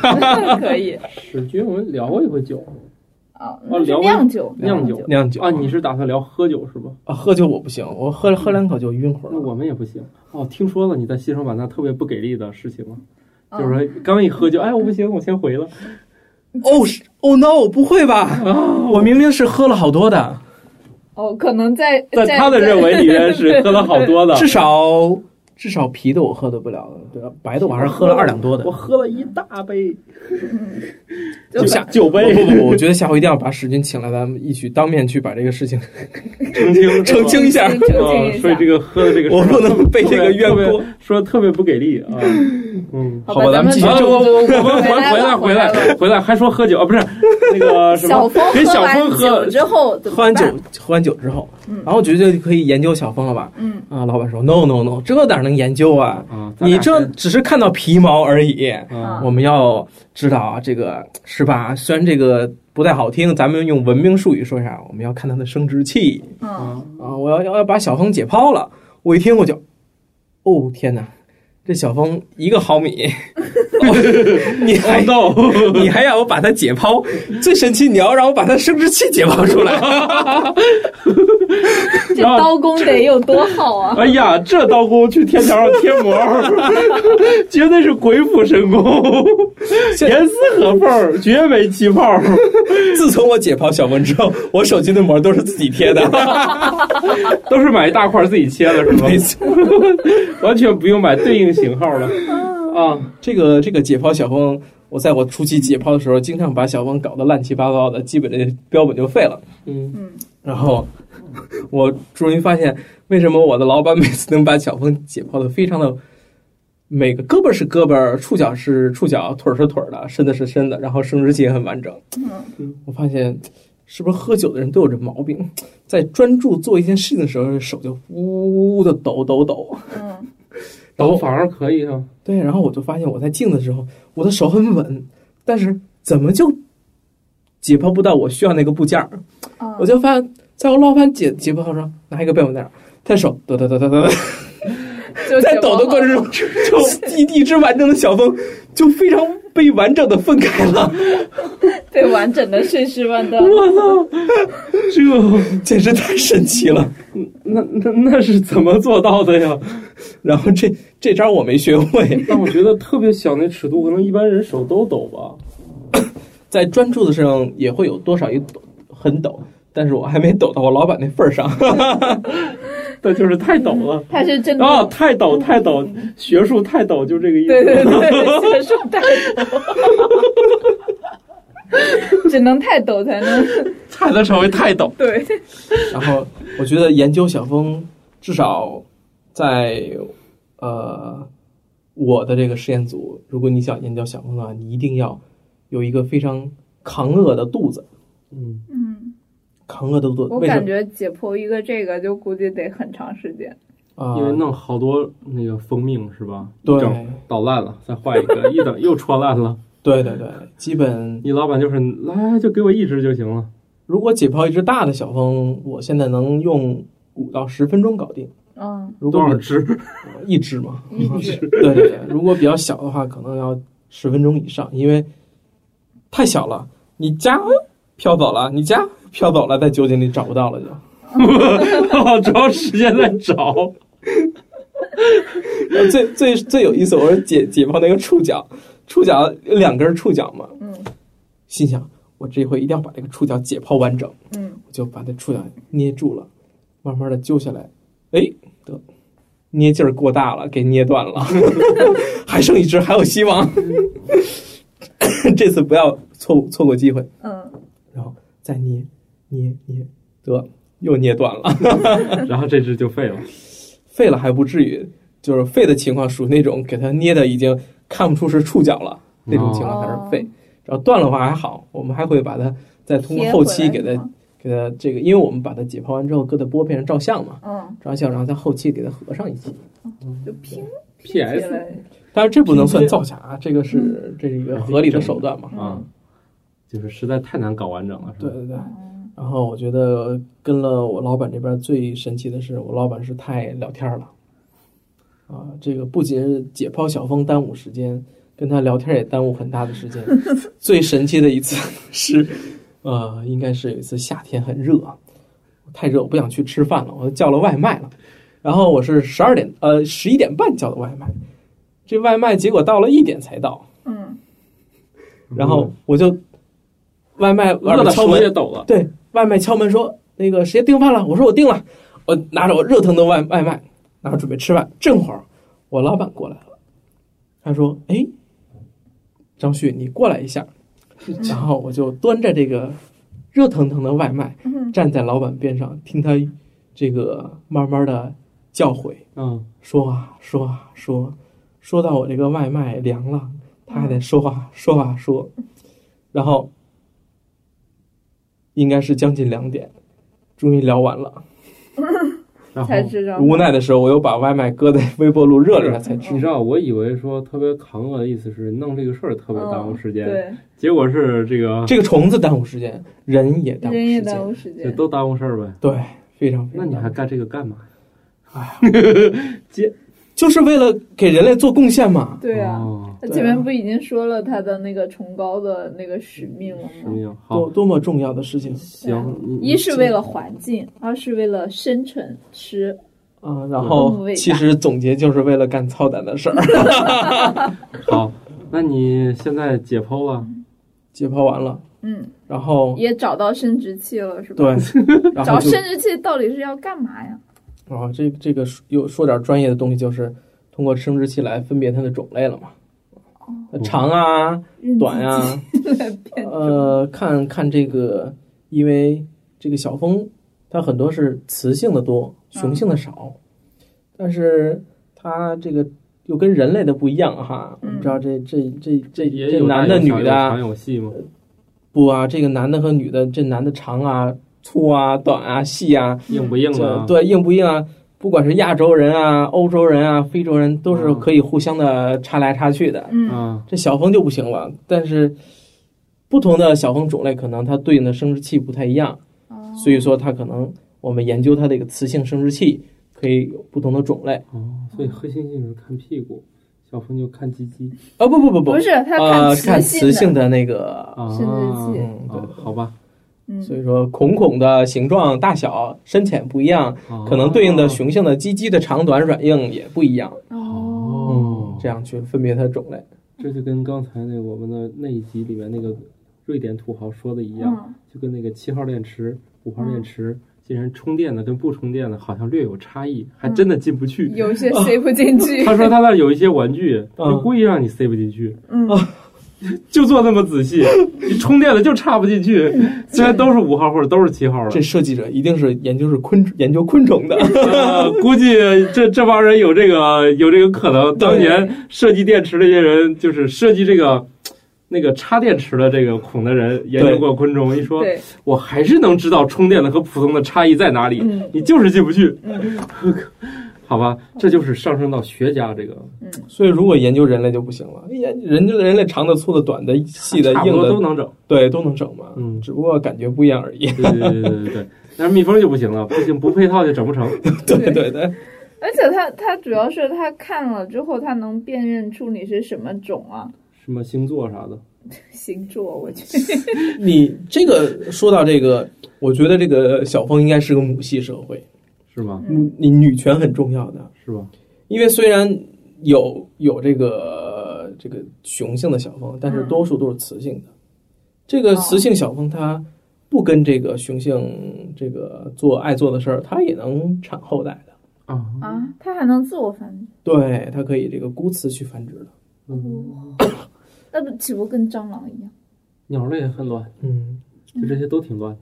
Speaker 3: 可 以
Speaker 8: 史军我们聊过一回酒
Speaker 3: 啊，那是
Speaker 8: 哦聊
Speaker 3: 酿酒，
Speaker 8: 酿酒
Speaker 9: 酿酒
Speaker 8: 啊，你是打算聊喝酒是吧？
Speaker 9: 啊，喝酒我不行，我喝喝两口就晕乎
Speaker 8: 那
Speaker 9: 了。
Speaker 8: 我们也不行。哦，听说了你在西双版纳特别不给力的事情了，
Speaker 3: 嗯
Speaker 8: 就是说刚一喝酒，哎，我不行，我 先回了。
Speaker 9: 哦是哦 no，不会吧？
Speaker 8: 啊
Speaker 9: 我明明是喝了好多的。
Speaker 3: 哦，可能在
Speaker 8: 在他的认为里面是喝了好多 的，
Speaker 9: 至少至少啤的我喝的不了了，对吧？啊白的我还是喝了二两多的
Speaker 8: 我。喝了一大杯，
Speaker 3: 嗯
Speaker 9: 就下
Speaker 8: 酒杯
Speaker 9: 不不 不，我觉得下回一定要把史军请来，咱们一起当面去把这个事情
Speaker 8: 澄清是吧
Speaker 9: 澄清一下
Speaker 3: 澄。清
Speaker 8: 啊
Speaker 3: 一，
Speaker 8: 所以
Speaker 3: 下
Speaker 8: 这。个喝的这个事儿，
Speaker 9: 我不能被这个冤
Speaker 8: 特
Speaker 9: 锅
Speaker 8: 别， 说特别不给力 啊，嗯。
Speaker 9: 好吧咱们继续
Speaker 8: 啊
Speaker 9: 这
Speaker 8: 我我我们回
Speaker 3: 回
Speaker 8: 来
Speaker 3: 来
Speaker 8: 回
Speaker 3: 来
Speaker 8: 来回来，还说喝酒啊，不是那个什
Speaker 3: 小
Speaker 8: 么，
Speaker 3: 峰
Speaker 8: 给小峰
Speaker 3: 喝
Speaker 8: 喝
Speaker 3: 完酒之后怎么
Speaker 9: 喝完 酒
Speaker 3: 办，
Speaker 9: 喝完酒之后
Speaker 3: 嗯，
Speaker 9: 然后我觉得就可以研究小峰了吧？
Speaker 3: 嗯
Speaker 9: 啊，老板说 no no no，这哪能研究啊？
Speaker 8: 啊，咱俩
Speaker 9: 你这
Speaker 8: 先
Speaker 9: 只是看到皮毛而已。
Speaker 8: 啊
Speaker 3: 啊，
Speaker 9: 我们要知道啊，这个是吧？虽然这个不太好听，咱们用文明术语说一下，我们要看它的生殖器。
Speaker 3: 嗯，
Speaker 8: 啊
Speaker 9: 啊，我要要要把小峰解剖了。我一听我就，哦天哪，这小峰一个毫米，
Speaker 2: 你还
Speaker 8: 闹，
Speaker 2: 你还让我把它解剖，最神奇你要让我把它生殖器解剖出来，
Speaker 3: 这刀工得有多好 啊！
Speaker 8: 哎呀，这刀工去天桥上贴膜儿，绝对是鬼斧神工，严丝合缝儿，绝美其泡儿。
Speaker 2: 自从我解剖小文之后，我手机的膜都是自己贴的，
Speaker 8: 都是买一大块儿自己切的，是吗？
Speaker 2: 没错，
Speaker 8: 完全不用买对应型号了啊！
Speaker 9: 这个这个解剖小蜂，我在我初期解剖的时候，经常把小蜂搞得乱七八糟的，基本的标本就废了。
Speaker 8: 嗯
Speaker 3: 嗯，
Speaker 9: 然后我终于发现，为什么我的老板每次能把小蜂解剖的非常的，每个胳膊是胳膊，触角是触角，腿儿是腿儿的，身子是身子，然后生殖器也很完整。
Speaker 3: 嗯，
Speaker 9: 我发现是不是喝酒的人都有这毛病，在专注做一件事情的时候，手就呜呜的抖抖抖。
Speaker 3: 嗯，
Speaker 8: 抖反而可以啊，
Speaker 9: 对，然后我就发现我在静的时候，我的手很稳，但是怎么就解剖不到我需要那个部件儿？
Speaker 3: 啊
Speaker 9: 我就发现，在我老板解解剖上拿一个标本在那儿，他手抖抖抖抖抖，
Speaker 3: 就
Speaker 9: 在
Speaker 3: 解
Speaker 9: 抖的
Speaker 3: 剖
Speaker 9: 过程
Speaker 3: 好
Speaker 9: 中， 就一一只完整的小蜂就非常被完整的分开 了，
Speaker 8: 哎
Speaker 3: 被完整的碎尸万段。
Speaker 8: 这
Speaker 9: 简直太神奇了。
Speaker 8: 嗯那那那是怎么做到的呀？
Speaker 9: 然后这这招我没学会，
Speaker 8: 但我觉得特别小那尺度，可能一般人手都抖吧。
Speaker 9: 在专注的时候也会有多少一抖很抖，但是我还没抖到我老板那份儿上。
Speaker 8: 但就是太抖了
Speaker 3: 他是真的，
Speaker 8: 啊！太抖太抖，学术太抖，就这个意思。
Speaker 3: 嗯对对对，就是太抖，只能太抖才能
Speaker 2: 才能成为泰斗。
Speaker 3: 对。
Speaker 9: 然后我觉得研究小蜂，至少在呃我的这个实验组，如果你想研究小蜂的话，你一定要有一个非常扛饿的肚子，
Speaker 8: 嗯，
Speaker 3: 嗯，
Speaker 9: 扛饿的肚子。
Speaker 3: 我
Speaker 9: 为什
Speaker 3: 感
Speaker 9: 么
Speaker 3: 觉解剖一个这个就估计得很长时间。
Speaker 9: 啊？
Speaker 8: 因为弄好多那个蜂命是吧？
Speaker 9: 对
Speaker 8: 整捣烂了，再换一个，一等又戳烂了。
Speaker 9: 对对对，基本
Speaker 8: 你老板就是来就给我一只就行了。
Speaker 9: 如果解剖一只大的小蜂，我现在能用五到十分钟搞定。
Speaker 3: 嗯，
Speaker 9: 如
Speaker 8: 多
Speaker 9: 果
Speaker 8: 少
Speaker 9: 比
Speaker 8: 只？
Speaker 9: 一只嘛，
Speaker 3: 一直
Speaker 9: 对 对对，如果比较小的话，可能要十分钟以上，因为太小了，你夹飘走了，你夹飘走了，在酒井里找不到了就。
Speaker 8: 主要时间在找。
Speaker 9: 呃最最最有意思，我是解解放那个触角，触角有两根触角嘛，
Speaker 3: 嗯
Speaker 9: 心想我这回一定要把这个触角解剖完整，
Speaker 3: 嗯，
Speaker 9: 我就把这触角捏住了，慢慢的揪下来，哎，得捏劲儿过大了，给捏 断了，还剩一只，还有希望， 这次不要错错过机会。
Speaker 3: 嗯，
Speaker 9: 然后再捏捏捏，得又捏断了，
Speaker 8: 然后这只就废了。
Speaker 9: 废了还不至于，就是废的情况属于那种给它捏的已经看不出是触角了那种情况才是
Speaker 3: 哦
Speaker 9: 废。然后断了的话还好，我们还会把它再通过后期
Speaker 3: 贴
Speaker 9: 给
Speaker 3: 回来是
Speaker 9: 它
Speaker 3: 吗
Speaker 9: 给它这个，因为我们把它解剖完之后搁在玻片上照相嘛，
Speaker 3: 嗯，
Speaker 9: 照相然后在后期给它合上一起。
Speaker 3: 就拼
Speaker 8: P.S.
Speaker 3: 起来。
Speaker 9: 但是这不能算造假啊，这个是这是一个合理的手段嘛。
Speaker 8: 啊，就是实在太难搞完整了，是
Speaker 9: 对
Speaker 8: 吧？
Speaker 9: 对对。然后我觉得跟了我老板这边最神奇的是，我老板是太聊天了，啊，这个不仅是解剖小峰耽误时间，跟他聊天也耽误很大的时间。最神奇的一次是，呃，应该是有一次夏天很热，太热我不想去吃饭了，我就叫了外卖了。然后我是十二点呃十一点半叫的外卖，这外卖结果到了一点才到，
Speaker 3: 嗯，
Speaker 9: 然后我就外卖外
Speaker 8: 饿
Speaker 9: 卖
Speaker 8: 的
Speaker 9: 敲
Speaker 8: 手
Speaker 9: 门
Speaker 8: 也抖了，
Speaker 9: 对，外卖敲门说那个谁订饭了？我说我订了，我拿着我热腾腾外外卖，然后准备吃饭。正会儿我老板过来了，他说：“哎，张旭，你过来一下。” 然后我就端着这个热腾腾的外卖，
Speaker 3: 嗯
Speaker 9: 站在老板边上，听他这个慢慢的教诲，
Speaker 8: 嗯，
Speaker 9: 说啊说啊说，说到我这个外卖凉了，他还得说啊说啊说，然后应该是将近两点，终于聊完了。
Speaker 8: 然后
Speaker 3: 才知道。
Speaker 9: 无奈的时候，我又把外卖搁在微波炉热了热才吃。
Speaker 8: 你知道，我以为说特别扛饿的意思是弄这个事儿特别耽
Speaker 9: 嗯
Speaker 8: 误时间，
Speaker 3: 对，
Speaker 8: 结果是这个
Speaker 9: 这个虫子耽误时间，人也耽误
Speaker 3: 人也
Speaker 9: 时
Speaker 3: 耽
Speaker 9: 间，
Speaker 3: 误时
Speaker 8: 这
Speaker 3: 间。
Speaker 8: 都耽误事儿呗。
Speaker 9: 对，非常非
Speaker 8: 那
Speaker 9: 常
Speaker 8: 你
Speaker 9: 耽误
Speaker 8: 还干这个干嘛呀？
Speaker 9: 就是为了给人类做贡献嘛。
Speaker 3: 对啊，
Speaker 8: 哦
Speaker 3: 他前面不已经说了他的那个崇高的那个使命了
Speaker 8: 什
Speaker 3: 吗？
Speaker 8: 么样？好，
Speaker 9: 多多么重要的事情
Speaker 8: 行，你
Speaker 3: 一是为了环境，二是为了生辰吃，
Speaker 9: 啊！然
Speaker 3: 多么
Speaker 9: 后
Speaker 3: 伟大
Speaker 9: 其实总结就是为了干操蛋的事儿。
Speaker 8: 好，那你现在解剖了，
Speaker 9: 嗯解剖完了，
Speaker 3: 嗯，
Speaker 9: 然后
Speaker 3: 也找到生殖器了， 是吧？
Speaker 9: 对，然
Speaker 3: 找
Speaker 9: 后就
Speaker 3: 生殖器到底是要干嘛 呀？
Speaker 9: 然后这这个说又说点专业的东西，就是通过生殖器来分别它的种类了嘛。那长啊，短呀、 啊，
Speaker 3: 变
Speaker 9: 呃，看看这个，因为这个小蜂它很多是雌性的多，雄性的少，但是它这个又跟人类的不一样哈。我
Speaker 3: 嗯
Speaker 9: 们知道这这这这
Speaker 8: 也
Speaker 9: 这
Speaker 8: 有
Speaker 9: 男
Speaker 8: 大
Speaker 9: 的
Speaker 8: 有
Speaker 9: 女
Speaker 8: 小有
Speaker 9: 的啊
Speaker 8: 长有细吗？
Speaker 9: 不啊，这个男的和女的，这男的长啊、粗啊、短啊、细啊，
Speaker 8: 硬不硬
Speaker 9: 这
Speaker 8: 啊？
Speaker 9: 对硬不硬啊？不管是亚洲人啊、欧洲人啊、非洲人，都是
Speaker 8: 嗯
Speaker 9: 可以互相的插来插去的。
Speaker 3: 嗯，
Speaker 8: 啊，
Speaker 9: 这小蜂就不行了，但是不同的小蜂种类可能它对应的生殖器不太一样，
Speaker 3: 哦
Speaker 9: 所以说它可能我们研究它这个雌性生殖器可以有不同的种类
Speaker 8: 哦，所以黑猩猩是看屁股，小蜂就看鸡鸡
Speaker 9: 啊、不不不不
Speaker 3: 不是他
Speaker 9: 呃看
Speaker 3: 雌
Speaker 9: 雌性
Speaker 3: 的，
Speaker 9: 的那个，
Speaker 8: 啊。
Speaker 3: 生殖器
Speaker 9: 嗯
Speaker 8: 啊，好吧，
Speaker 3: 嗯
Speaker 9: 对，，所以说孔孔的形状、大小、深浅不一样，
Speaker 8: 啊
Speaker 9: 可能对应的雄性的鸡鸡的长短、软硬也不一样，
Speaker 3: 哦，
Speaker 8: 哦，
Speaker 9: 嗯这样去分别它的种类。
Speaker 8: 这就跟刚才那个我们的那一集里面那个瑞典土豪说的一样，
Speaker 3: 嗯
Speaker 8: 就跟那个七号电池、五号电池，竟然充电的跟不充电的好像略有差异，还真的进不去。
Speaker 3: 嗯有些塞不进 去，
Speaker 8: 他说他那有一些 玩具，
Speaker 9: 嗯
Speaker 8: 就故意让你塞不进去，
Speaker 3: 嗯，
Speaker 9: 哦
Speaker 8: 就做那么仔细，你充电的就插不 进去。虽然都是五号或者都是七号
Speaker 9: 这
Speaker 8: 的，
Speaker 9: 设计者一定是研究是昆研究昆 虫的，
Speaker 8: 呃 估计这这帮人有这个有这个可能。当年设计电池这些人，就是设计这个。那个插电池的这个孔的人研究过昆虫，一说
Speaker 3: 对，
Speaker 8: 我还是能知道充电的和普通的差异在哪里，
Speaker 3: 嗯
Speaker 8: 你就是进不去，
Speaker 3: 嗯
Speaker 8: 好吧？这就是上升到学家这个
Speaker 9: 所以如果研究人类就不行了，研人家人类长的、粗的、短的、细的
Speaker 8: 差、不
Speaker 9: 硬
Speaker 8: 多都
Speaker 9: 的，
Speaker 8: 能整。
Speaker 9: 对，都能整嘛。
Speaker 8: 嗯
Speaker 9: 只不过感觉不一样而 已。
Speaker 8: 对对对对对对， 但是蜜蜂就不行了，不行不配套就整不成。
Speaker 9: 对
Speaker 3: 对
Speaker 9: 对对，
Speaker 3: 而且他他主要是他看了之后，他能辨认出你是什么种啊，
Speaker 8: 什么星座啥的，
Speaker 3: 星座，我去，
Speaker 9: 你这个说到这个，我觉得这个小蜂应该是个母系社会，
Speaker 8: 是吗？
Speaker 9: 母嗯你女权很重要的，
Speaker 8: 是吧？
Speaker 9: 因为虽然有有这个这个雄性的小蜂，但是
Speaker 3: 嗯
Speaker 9: 多数都是雌性的。这个雌性小蜂它不跟这个雄性这个做爱做的事儿，它也能产后代的。
Speaker 8: 啊，
Speaker 3: 啊，他还能自我繁殖，
Speaker 9: 对，它可以这个孤雌去繁殖的。嗯
Speaker 3: 那不岂不跟蟑螂一样？
Speaker 8: 鸟类也很乱，
Speaker 9: 嗯。
Speaker 8: 就这些都挺乱的。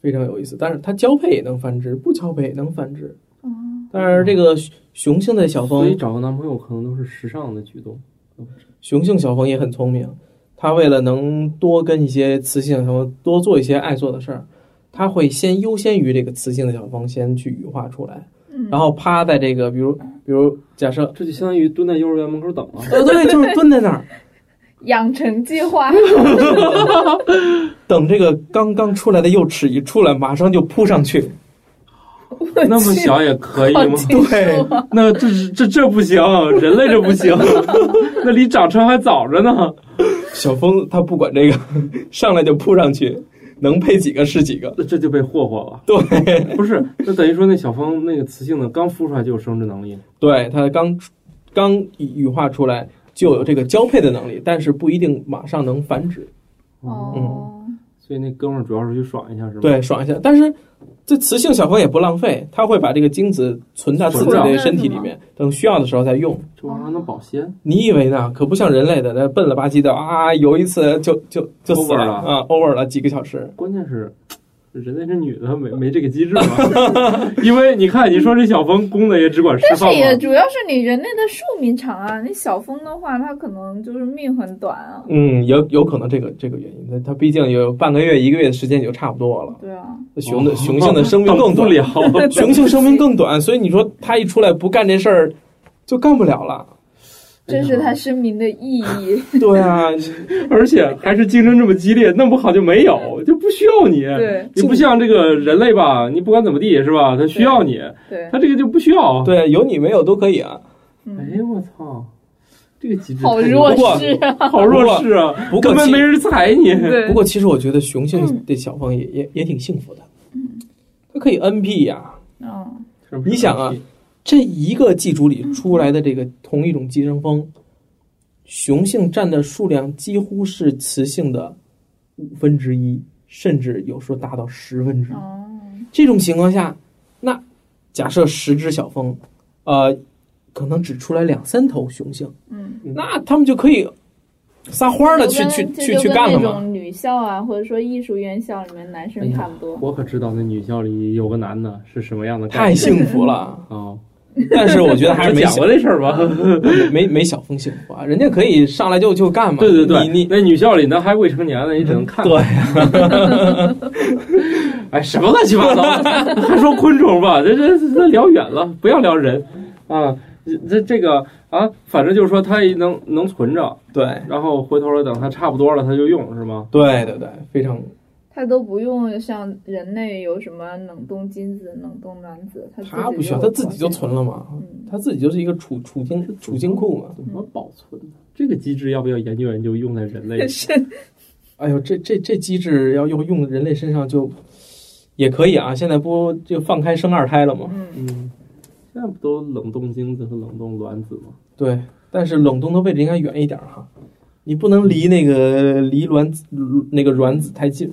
Speaker 9: 非常有意思。但是它交配也能繁殖，不交配也能繁殖。
Speaker 3: 哦，
Speaker 9: 但是这个雄雄性的小
Speaker 8: 嗯所以
Speaker 9: 蜂，
Speaker 8: 找个男朋友可能都是时尚的举动。
Speaker 9: 雄性小蜂也很聪明，它为了能多跟一些雌性小蜂多做一些爱做的事儿，它会先优先于这个雌性的小蜂先去羽化出来，
Speaker 3: 嗯
Speaker 9: 然后趴在这个比如比如 假设，
Speaker 8: 这就相当于蹲在幼儿园门口等 了。
Speaker 9: 呃对，就是蹲在那儿
Speaker 3: 养成计划，
Speaker 9: 等这个刚刚出来的幼齿一出来，马上就扑上去。
Speaker 8: 那么小也可以
Speaker 3: 好
Speaker 8: 吗？
Speaker 3: 精
Speaker 9: 对，
Speaker 8: 那这是这这不行，人类这不行， 那离长成还早着呢。
Speaker 9: 小蜂它不管这个，上来就扑上去，能配几个是几个。
Speaker 8: 那这就被霍霍了。
Speaker 9: 对，
Speaker 8: 不是，那等于说那小蜂那个雌性的刚孵出来就有生殖能力，
Speaker 9: 对，它刚出刚羽化出来就有这个交配的能力，但是不一定马上能繁殖。
Speaker 3: 哦，
Speaker 8: 所以那哥们儿主要是去爽一下，是吗？
Speaker 9: 对，爽一下。但是这雌性小蜂也不浪费，它会把这个精子存在自己的身体里面，
Speaker 8: 嗯
Speaker 9: 等需要的时候再用。
Speaker 8: 这玩意儿还能保鲜。
Speaker 9: 你以为呢？可不像人类的，那笨了吧唧的啊，游一次就就就死
Speaker 8: Over
Speaker 9: 了
Speaker 8: 了
Speaker 9: 啊，over 了几个小时。
Speaker 8: 关键是人类这女的没没这个机制嘛？ 因为你看，你说这小蜂公的也只管吃
Speaker 3: 但是
Speaker 8: 饭
Speaker 3: 也
Speaker 8: 嘛，
Speaker 3: 主要是你人类的寿命长啊，你小蜂的话，它可能就是命很短啊。
Speaker 9: 嗯，有有可能这个这个原因，它它毕竟有半个月一个月的时间也就差不多了。
Speaker 3: 对啊，
Speaker 9: 雄的雄性的生 命更
Speaker 8: 哦等不
Speaker 9: 短，
Speaker 8: 了。
Speaker 9: 雄性生命更短，所以你说它一出来不干这事儿，就干不了了。
Speaker 3: 这是它声明的意 义。
Speaker 9: 对啊，
Speaker 8: 而且还是竞争这么激烈，弄不好就没有，就不需要你。
Speaker 3: 对
Speaker 8: 你不像这个人类吧，你不管怎么地是吧？他需要你，
Speaker 9: 哎
Speaker 3: 对，
Speaker 8: 他这个就不需要。
Speaker 9: 对，有你没有都可以啊。
Speaker 3: 嗯，
Speaker 8: 哎我操，这个机制
Speaker 3: 好
Speaker 8: 太
Speaker 3: 弱
Speaker 8: 弱了
Speaker 3: 势啊！
Speaker 8: 好弱势啊，
Speaker 9: 不过
Speaker 8: 根本
Speaker 9: 其
Speaker 8: 没人踩你。
Speaker 3: 对
Speaker 9: 不，过其实我觉得雄性
Speaker 3: 嗯
Speaker 9: 的小方也也也挺幸福的，
Speaker 3: 嗯
Speaker 9: 它可以 NP 呀、
Speaker 3: 嗯，
Speaker 9: 你想啊，这一个寄主里出来的这个同一种寄生蜂，雄性占的数量几乎是雌性的五分之一，甚至有时候达到十分之一。
Speaker 3: 哦，
Speaker 9: 这种情况下，那假设十只小蜂，呃，可能只出来两三头雄性，
Speaker 3: 嗯，
Speaker 9: 那他们就可以撒欢儿的去
Speaker 3: 这就
Speaker 9: 去
Speaker 3: 跟
Speaker 9: 去去干
Speaker 3: 这就
Speaker 9: 了
Speaker 3: 跟那
Speaker 9: 嘛。
Speaker 3: 种女校啊，或者说艺术院校里面男
Speaker 8: 哎
Speaker 3: 生
Speaker 8: 呀
Speaker 3: 差不多。
Speaker 8: 我可知道那女校里有个男的是什么样的概
Speaker 9: 太
Speaker 8: 念
Speaker 9: 幸福了，
Speaker 8: 哦，
Speaker 9: 但是我 觉得还是没
Speaker 8: 讲
Speaker 9: 小
Speaker 8: 过这事儿吧？
Speaker 9: 没没小蜂幸福啊，人家可以上来就就干嘛。
Speaker 8: 对对对，
Speaker 9: 你你
Speaker 8: 那女校里呢还未成年呢，你只能看。
Speaker 9: 对，
Speaker 8: 哎，什么乱七八糟的，还说昆虫吧，这这这聊远了，不要聊人啊。这这这个啊，反正就是说它也能能存着，
Speaker 9: 对
Speaker 8: 然后回头了等它差不多了，它就用是吗？
Speaker 9: 对对对，非常
Speaker 3: 它都不用像人类有什么冷冻精子、冷冻卵子，它
Speaker 9: 他
Speaker 3: 自
Speaker 9: 不
Speaker 3: 己
Speaker 9: 需要，
Speaker 3: 有
Speaker 9: 他自己就存了嘛，
Speaker 3: 嗯，？
Speaker 9: 他自己就是一个储储金储金库嘛。
Speaker 8: 怎么保存呢？这个机制要不要研究研究用在人 类
Speaker 3: 是
Speaker 9: 哎呦，这这这机制要用用人类身上就也可以啊，现在不就放开生二胎了吗？
Speaker 3: 嗯，
Speaker 8: 嗯，现在不都冷冻精子和冷冻卵子吗？
Speaker 9: 对，但是冷冻的位置应该远一点儿哈。你不能离那个离卵子那个卵子太近，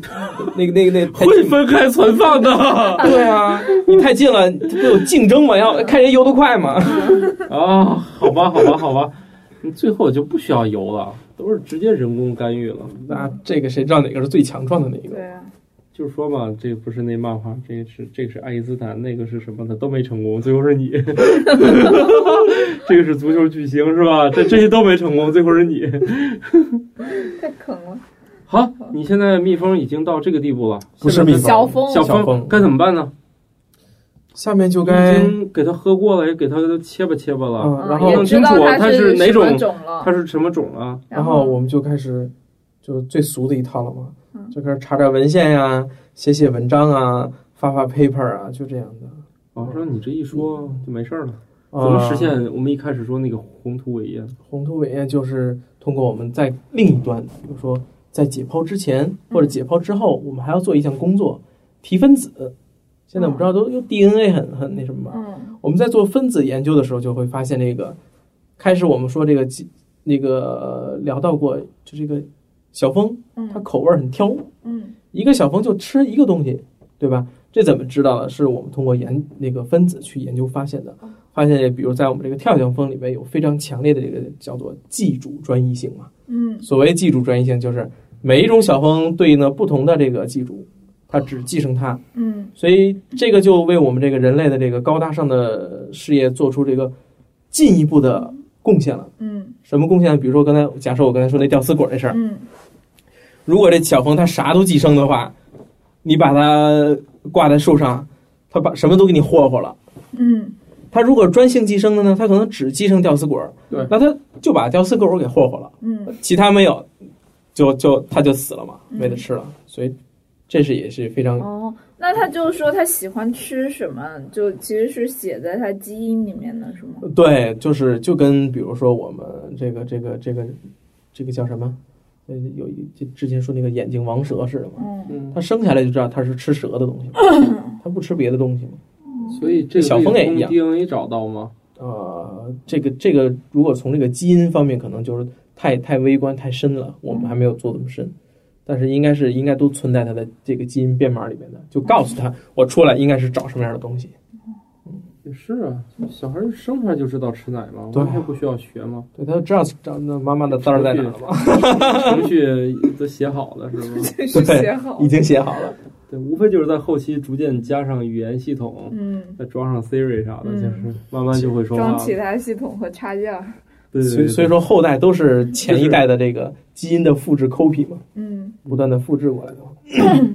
Speaker 9: 那个那个那个太
Speaker 8: 会
Speaker 9: 近。
Speaker 8: 分开存放的
Speaker 9: 对啊，你太近了，这不有竞争嘛？要看谁游得快嘛。
Speaker 8: 啊！好吧，好吧，好吧，你最后就不需要油了，都是直接人工干预了。
Speaker 9: 那这个谁知道哪个是最强壮的那个？
Speaker 3: 对啊，
Speaker 8: 就是说嘛，这不是那漫画，这个是这个是爱因斯坦，那个是什么的都没成功，最后是你。 这个是足球巨星是吧？这这些都没成功，最后是你。
Speaker 3: 太坑了。
Speaker 8: 好，你现在蜜蜂已经到这个地步了，
Speaker 9: 不是蜜蜂
Speaker 3: 小蜂，
Speaker 8: 小
Speaker 9: 小
Speaker 8: 蜂
Speaker 9: 蜂
Speaker 8: 该怎么办呢？
Speaker 9: 下面就
Speaker 8: 已
Speaker 9: 该
Speaker 8: 经给它喝过了，也给它切吧切吧了，
Speaker 9: 嗯，
Speaker 3: 嗯
Speaker 9: 然后
Speaker 8: 也
Speaker 3: 也知道
Speaker 8: 弄清楚它
Speaker 3: 它
Speaker 8: 是哪
Speaker 3: 什么
Speaker 8: 种
Speaker 3: 种了
Speaker 8: 它，是什么种啊？
Speaker 9: 然后我们就开始就是最俗的一套了嘛，
Speaker 3: 嗯
Speaker 9: 就开始查查文献呀、写写文章啊，发发 paper 啊，就这样的。
Speaker 8: 我哦说你这一说就没事儿了，怎
Speaker 9: 呃
Speaker 8: 么实现我们一开始说那个宏图伟业？
Speaker 9: 宏图伟业？就是通过我们在另一端，比如说在解剖之前或者解剖之后，我们还要做一项工作，提分子。现在我们知道都用 DNA 很很那什么吧？
Speaker 3: 嗯
Speaker 9: 我们在做分子研究的时候，就会发现这个，开始我们说这个几那个呃聊到过，就这个小蜂，它
Speaker 3: 嗯
Speaker 9: 口味儿很挑，
Speaker 3: 嗯
Speaker 9: 一个小蜂就吃一个东西，对吧？这怎么知道的？是我们通过研那个分子去研究发现的。发现，比如在我们这个跳翔蜂里面有非常强烈的这个叫做寄主专一性嘛。
Speaker 3: 嗯
Speaker 9: 所谓寄主专一性，就是每一种小蜂对应的不同的这个寄主，它只寄生它。
Speaker 3: 嗯
Speaker 9: 所以这个就为我们这个人类的这个高大上的事业做出这个进一步的贡献了。
Speaker 3: 嗯
Speaker 9: 什么贡献？比如说刚才假设我刚才说那吊死鬼那事儿，
Speaker 3: 嗯
Speaker 9: 如果这小蜂它啥都寄生的话，你把它挂在树上，它把什么都给你霍霍了。
Speaker 3: 嗯
Speaker 9: 它如果专性寄生的呢，它可能只寄生吊死鬼儿，
Speaker 8: 对
Speaker 9: 那它就把吊死鬼儿给霍霍了，
Speaker 3: 嗯，
Speaker 9: 其他没有，就就它就死了嘛，
Speaker 3: 嗯
Speaker 9: 没得吃了。所以这是也是非常
Speaker 3: 哦，那他就是说他喜欢吃什么，就其实是写在他基因里面的，是吗？
Speaker 9: 对，就是就跟比如说我们这个这个这个这个叫什么，呃，有一就之前说那个眼镜王蛇似的嘛，
Speaker 3: 嗯
Speaker 8: 嗯
Speaker 9: 它，生下来就知道它是吃蛇的东西嘛， 它不吃别的东西嘛。
Speaker 8: 所以这个
Speaker 9: 小蜂也一样
Speaker 8: DNA 找到吗？
Speaker 9: 呃，这个这个，如果从这个基因方面，可能就是太太微观太深了，我们还没有做这么深，但是应该是应该都存在它的这个基因编码里面的，就告诉他我出来应该是找什么样的东西。
Speaker 8: 也是啊，小孩生出来就知道吃奶嘛，
Speaker 9: 对啊
Speaker 8: 完全不需要学嘛，
Speaker 9: 对，他就知道找那妈妈的字儿在哪儿了吧？
Speaker 8: 程序都写好了是 吗？
Speaker 3: 这是写好
Speaker 9: 已，经写好 了。
Speaker 8: 对，无非就是在后期逐渐加上语言系统，
Speaker 3: 嗯，
Speaker 8: 再装上 Siri 啥的，
Speaker 3: 嗯
Speaker 8: 就是慢慢就会说
Speaker 9: 啊
Speaker 3: 装
Speaker 8: 话。
Speaker 3: 其他系统和插件儿，
Speaker 8: 对对
Speaker 9: 所以
Speaker 8: 对，
Speaker 9: 所以
Speaker 8: 说
Speaker 9: 说后代都是前一代的这个基因的复制 copy 嘛，
Speaker 3: 嗯
Speaker 9: 不断的复制过来的嘛。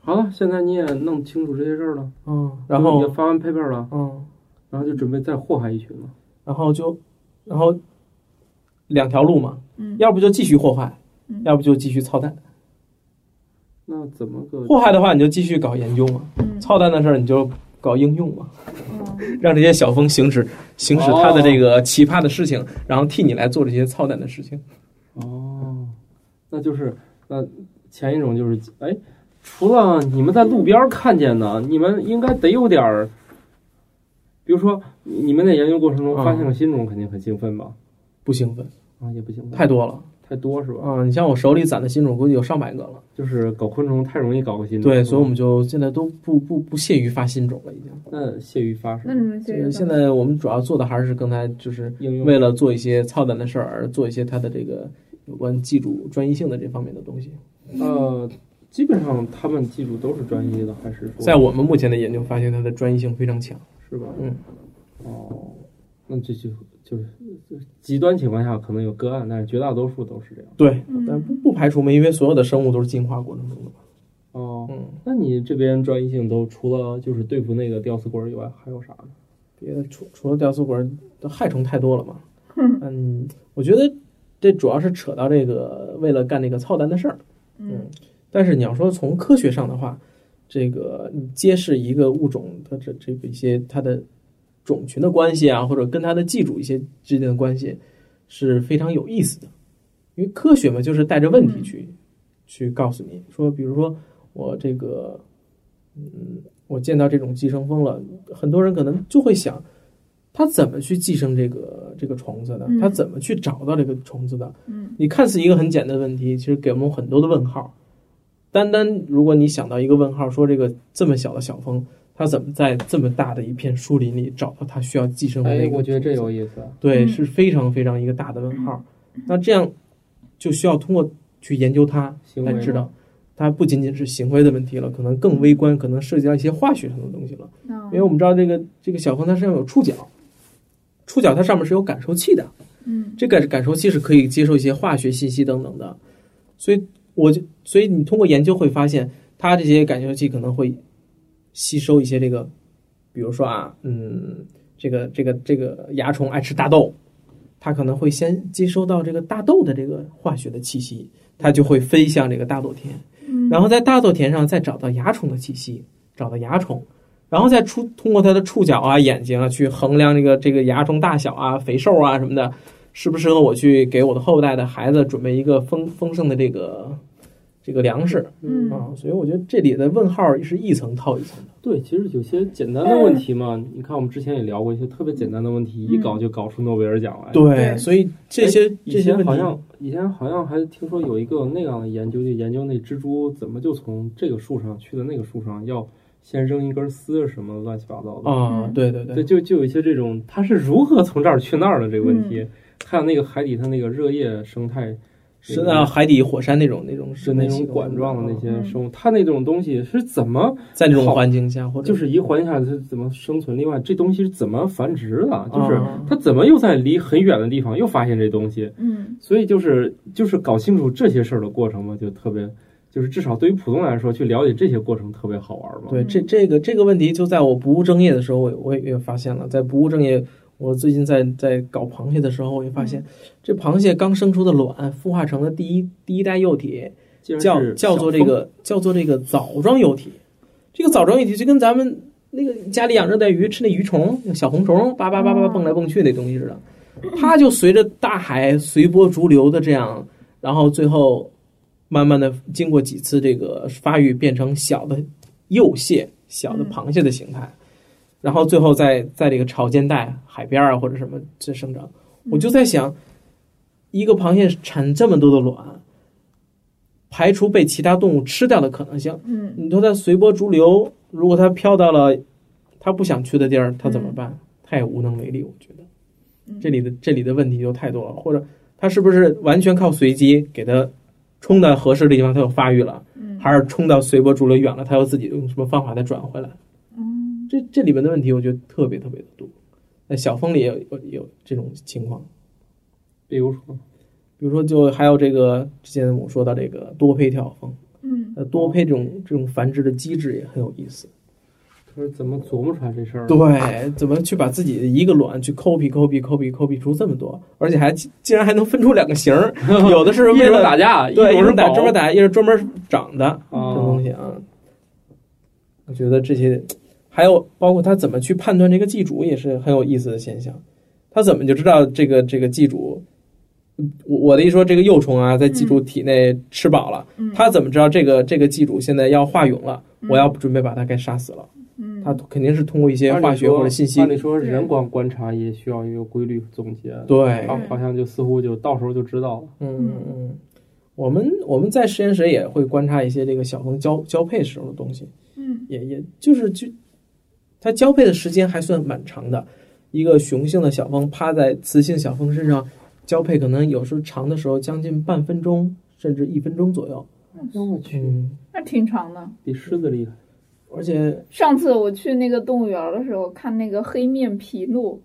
Speaker 8: 好了，现在你也弄清楚这些事儿了，
Speaker 9: 嗯，然
Speaker 8: 也
Speaker 9: 后
Speaker 8: 发完 paper 了，
Speaker 9: 嗯，
Speaker 8: 然后就准备再祸害一群了。
Speaker 9: 然后就然后两条路嘛，
Speaker 3: 嗯
Speaker 9: 要不就继续祸害
Speaker 3: 嗯，
Speaker 9: 要不就继续操蛋。
Speaker 8: 那怎么个
Speaker 9: 祸害的话，你就继续搞研究嘛；
Speaker 3: 嗯
Speaker 9: 操蛋的事儿，你就搞应用嘛，
Speaker 3: 嗯，
Speaker 9: 让这些小蜂行使行使它的这个奇葩的事情，然后替你来做这些操蛋的事情。
Speaker 8: 哦，那就是那前一种就是哎，除了你们在路边看见的，你们应该得有点儿，比如说你们在研究过程中
Speaker 9: 嗯
Speaker 8: 发现了新种，肯定很兴奋吧？
Speaker 9: 不兴奋，
Speaker 8: 啊，也不兴奋，
Speaker 9: 太多了
Speaker 8: 太多是吧？
Speaker 9: 啊！你像我手里攒的新种，估计有上百个了。
Speaker 8: 就是搞昆虫太容易搞个新种，
Speaker 9: 对，所以我们就现在都不不不屑于发新种了，已经。
Speaker 8: 那谢于发什
Speaker 3: 那
Speaker 8: 么
Speaker 3: 你们
Speaker 9: 就
Speaker 3: 这
Speaker 9: 是
Speaker 3: 个
Speaker 9: 现在我们主要做的还是刚才就是
Speaker 8: 应用？
Speaker 9: 为了做一些操蛋的事儿而做一些它的这个有关技术专一性的这方面的东西。
Speaker 8: 呃，基本上他们技术都是专一的，还是说
Speaker 9: 在我们目前的研究发现，它的专一性非常强。
Speaker 8: 是吧？
Speaker 9: 嗯，
Speaker 8: 哦，那这就就是极端情况下可能有个案，但是绝大多数都是这样。
Speaker 9: 对，
Speaker 3: 嗯
Speaker 9: 但不不排除嘛，因为所有的生物都是进化过程中的嘛。
Speaker 8: 哦，
Speaker 9: 嗯，
Speaker 8: 那你这边专一性都除了就是对付那个吊死鬼儿以外，还有啥呢？
Speaker 9: 别的除除了吊死鬼，害虫太多了嘛。
Speaker 3: 嗯
Speaker 9: 嗯，我觉得这主要是扯到这个为了干这个操蛋的事儿。
Speaker 3: 嗯
Speaker 9: 但是你要说从科学上的话，这个你揭示一个物种它这这个一些它的种群的关系啊，或者跟它的技术一些之间的关系是非常有意思的，因为科学嘛，就是带着问题去、去告诉你说，比如说我这个，嗯，我见到这种寄生蜂了，很多人可能就会想。它怎么去寄生这个这个虫子的
Speaker 3: 嗯？
Speaker 9: 它怎么去找到这个虫子的？
Speaker 3: 嗯
Speaker 9: 你看似一个很简单的问题，其实给我们很多的问号。单单如果你想到一个问号，说这个这么小的小蜂，它怎么在这么大的一片树林里找到它需要寄生的那
Speaker 8: 哎
Speaker 9: 个？，
Speaker 8: 我觉得这有嗯意思。
Speaker 9: 对，
Speaker 3: 嗯
Speaker 9: 是非常非常一个大的问号。那这样就需要通过去研究它
Speaker 8: 行为
Speaker 9: 来知道，它不仅仅是行为的问题了，可能更微观，可能涉及到一些化学上的东西了。
Speaker 3: 那
Speaker 9: 因为我们知道这个这个小蜂它身上有触角，触角它上面是有感受器的。
Speaker 3: 嗯
Speaker 9: 这个感受器是可以接受一些化学信息等等的，所以我就所以你通过研究会发现，它这些感受器可能会吸收一些这个，比如说啊，嗯，这个这个这个蚜虫爱吃大豆，它可能会先接收到这个大豆的这个化学的气息，它就会飞向这个大豆田，
Speaker 3: 嗯，
Speaker 9: 然后在大豆田上再找到蚜虫的气息，找到蚜虫，然后再出通过它的触角啊、眼睛啊去衡量这个这个蚜虫大小啊、肥瘦啊什么的，适不适合我去给我的后代的孩子准备一个丰丰盛的这个这个粮食
Speaker 3: 嗯
Speaker 9: 啊。所以我觉得这里的问号是一层套一层的。
Speaker 8: 对，其实有些简单的问题嘛，你看我们之前也聊过一些特别简单的问题，一搞就搞出诺贝尔奖来。
Speaker 3: 对
Speaker 9: 所以这些这
Speaker 8: 以
Speaker 9: 些
Speaker 8: 前
Speaker 9: 问
Speaker 8: 好
Speaker 9: 题，
Speaker 8: 像以前好像还听说有一个那样的研究，就研究那蜘蛛怎么就从这个树上去的那个树上，要先扔一根丝什么乱七八糟的。
Speaker 9: 啊，
Speaker 3: 嗯
Speaker 9: 对对对
Speaker 8: 对，就就有一些这种，它是如何从这儿去那儿的这个问题，还有那个海底它那个热液生态，
Speaker 9: 是啊，海底火山那种那种
Speaker 8: 是那
Speaker 9: 系
Speaker 8: 种
Speaker 9: 统
Speaker 8: 管状的那些
Speaker 3: 嗯
Speaker 8: 生物，它那种东西是怎么
Speaker 9: 啊在那种
Speaker 8: 好
Speaker 9: 环境下或者
Speaker 8: 就是一环下它怎么生存？另外，这东西是怎么繁殖的？就是
Speaker 9: 啊
Speaker 8: 它怎么又在离很远的地方又发现这东西？
Speaker 3: 嗯
Speaker 8: 所以就是就是搞清楚这些事儿的过程嘛，就特别，就是至少对于普通人来说，去了解这些过程特别好玩嘛。
Speaker 9: 对，
Speaker 3: 嗯
Speaker 9: 这这个这个问题就在我不务正业的时候，我我也也发现了，在不务正业，我最近在在搞螃蟹的时候，我也发现，这螃蟹刚生出的卵孵化成的第一第一代幼体，
Speaker 8: 既然
Speaker 9: 叫
Speaker 8: 是
Speaker 9: 叫做
Speaker 8: 小
Speaker 9: 这个叫做这个藻状幼体，这个藻状幼体就跟咱们那个家里养热带鱼吃那鱼虫那小红虫，叭叭叭叭
Speaker 3: 哦
Speaker 9: 蹦来蹦去那东西似的，
Speaker 8: 嗯
Speaker 9: 它就随着大海随波逐流的这样，然后最后慢慢的经过几次这个发育，变成小的幼蟹、小
Speaker 8: 嗯
Speaker 9: 的螃蟹的形态，然后最后在在这个潮间带、海边啊或者什么这生长。我就在想，一个螃蟹产这么多的卵，排除被其他动物吃掉的可能性，
Speaker 3: 嗯
Speaker 9: 你说它随波逐流，如果它飘到了它不想去的地儿，它怎么办？它也无能为力。我觉得
Speaker 3: 嗯
Speaker 9: 这里的这里的问题就太多了，或者它是不是完全靠随机给它冲到合适的地方，它又发育了，
Speaker 3: 嗯
Speaker 9: 还是冲到随波逐流远了，它又自己用什么方法再转回来？
Speaker 3: 嗯
Speaker 9: 这这里面的问题，我觉得特别特别的多。那小峰里也有有有这种情况，
Speaker 8: 比如说，
Speaker 9: 比如说就还有这个之前我说到这个多胚跳蜂，
Speaker 3: 嗯
Speaker 9: 呃，多胚这种这种繁殖的机制也很有意思。
Speaker 8: 他是怎么琢磨出来这事儿？
Speaker 9: 对，怎么去把自己的一个卵去抠皮抠皮抠皮抠皮出这么多，而且还竟然还能分出两个型儿，有的是
Speaker 8: 一
Speaker 9: 为
Speaker 8: 种
Speaker 9: 了
Speaker 8: 打架，
Speaker 9: 对，
Speaker 8: 种
Speaker 9: 一
Speaker 8: 是
Speaker 9: 种打
Speaker 8: 保哦
Speaker 9: 专门打，一种专门长的这种
Speaker 8: 啊
Speaker 9: 东西啊。我觉得这些还有包括它怎么去判断这个寄主也是很有意思的现象，它怎么就知道这个这个寄主，我我的意思说这个幼虫啊在寄主体内吃饱了，
Speaker 3: 嗯
Speaker 9: 它怎么知道这个这个寄主现在要化蛹了，
Speaker 3: 嗯
Speaker 9: 我要准备把它该杀死了，
Speaker 3: 嗯，
Speaker 9: 它肯定是通过一些化学或者信息
Speaker 8: 按，理说
Speaker 3: 对
Speaker 8: 人光观察也需要一个规律总结，
Speaker 9: 对，
Speaker 8: 好，好像就似乎就到时候就知道了。
Speaker 9: 嗯嗯嗯，我们我们在实验室也会观察一些这个小虫交交配时候的东西，
Speaker 3: 嗯
Speaker 9: 也也就是就它交配的时间还算蛮长的。一个雄性的小蜂趴在雌性小蜂身上交配，可能有时候长的时候将近半分钟，甚至一分钟左右。
Speaker 8: 哎呦我去，
Speaker 9: 嗯，
Speaker 3: 那挺长的。
Speaker 8: 比狮子厉害！
Speaker 9: 而且
Speaker 3: 上次我去那个动物园的时候，看那个黑面琵鹭，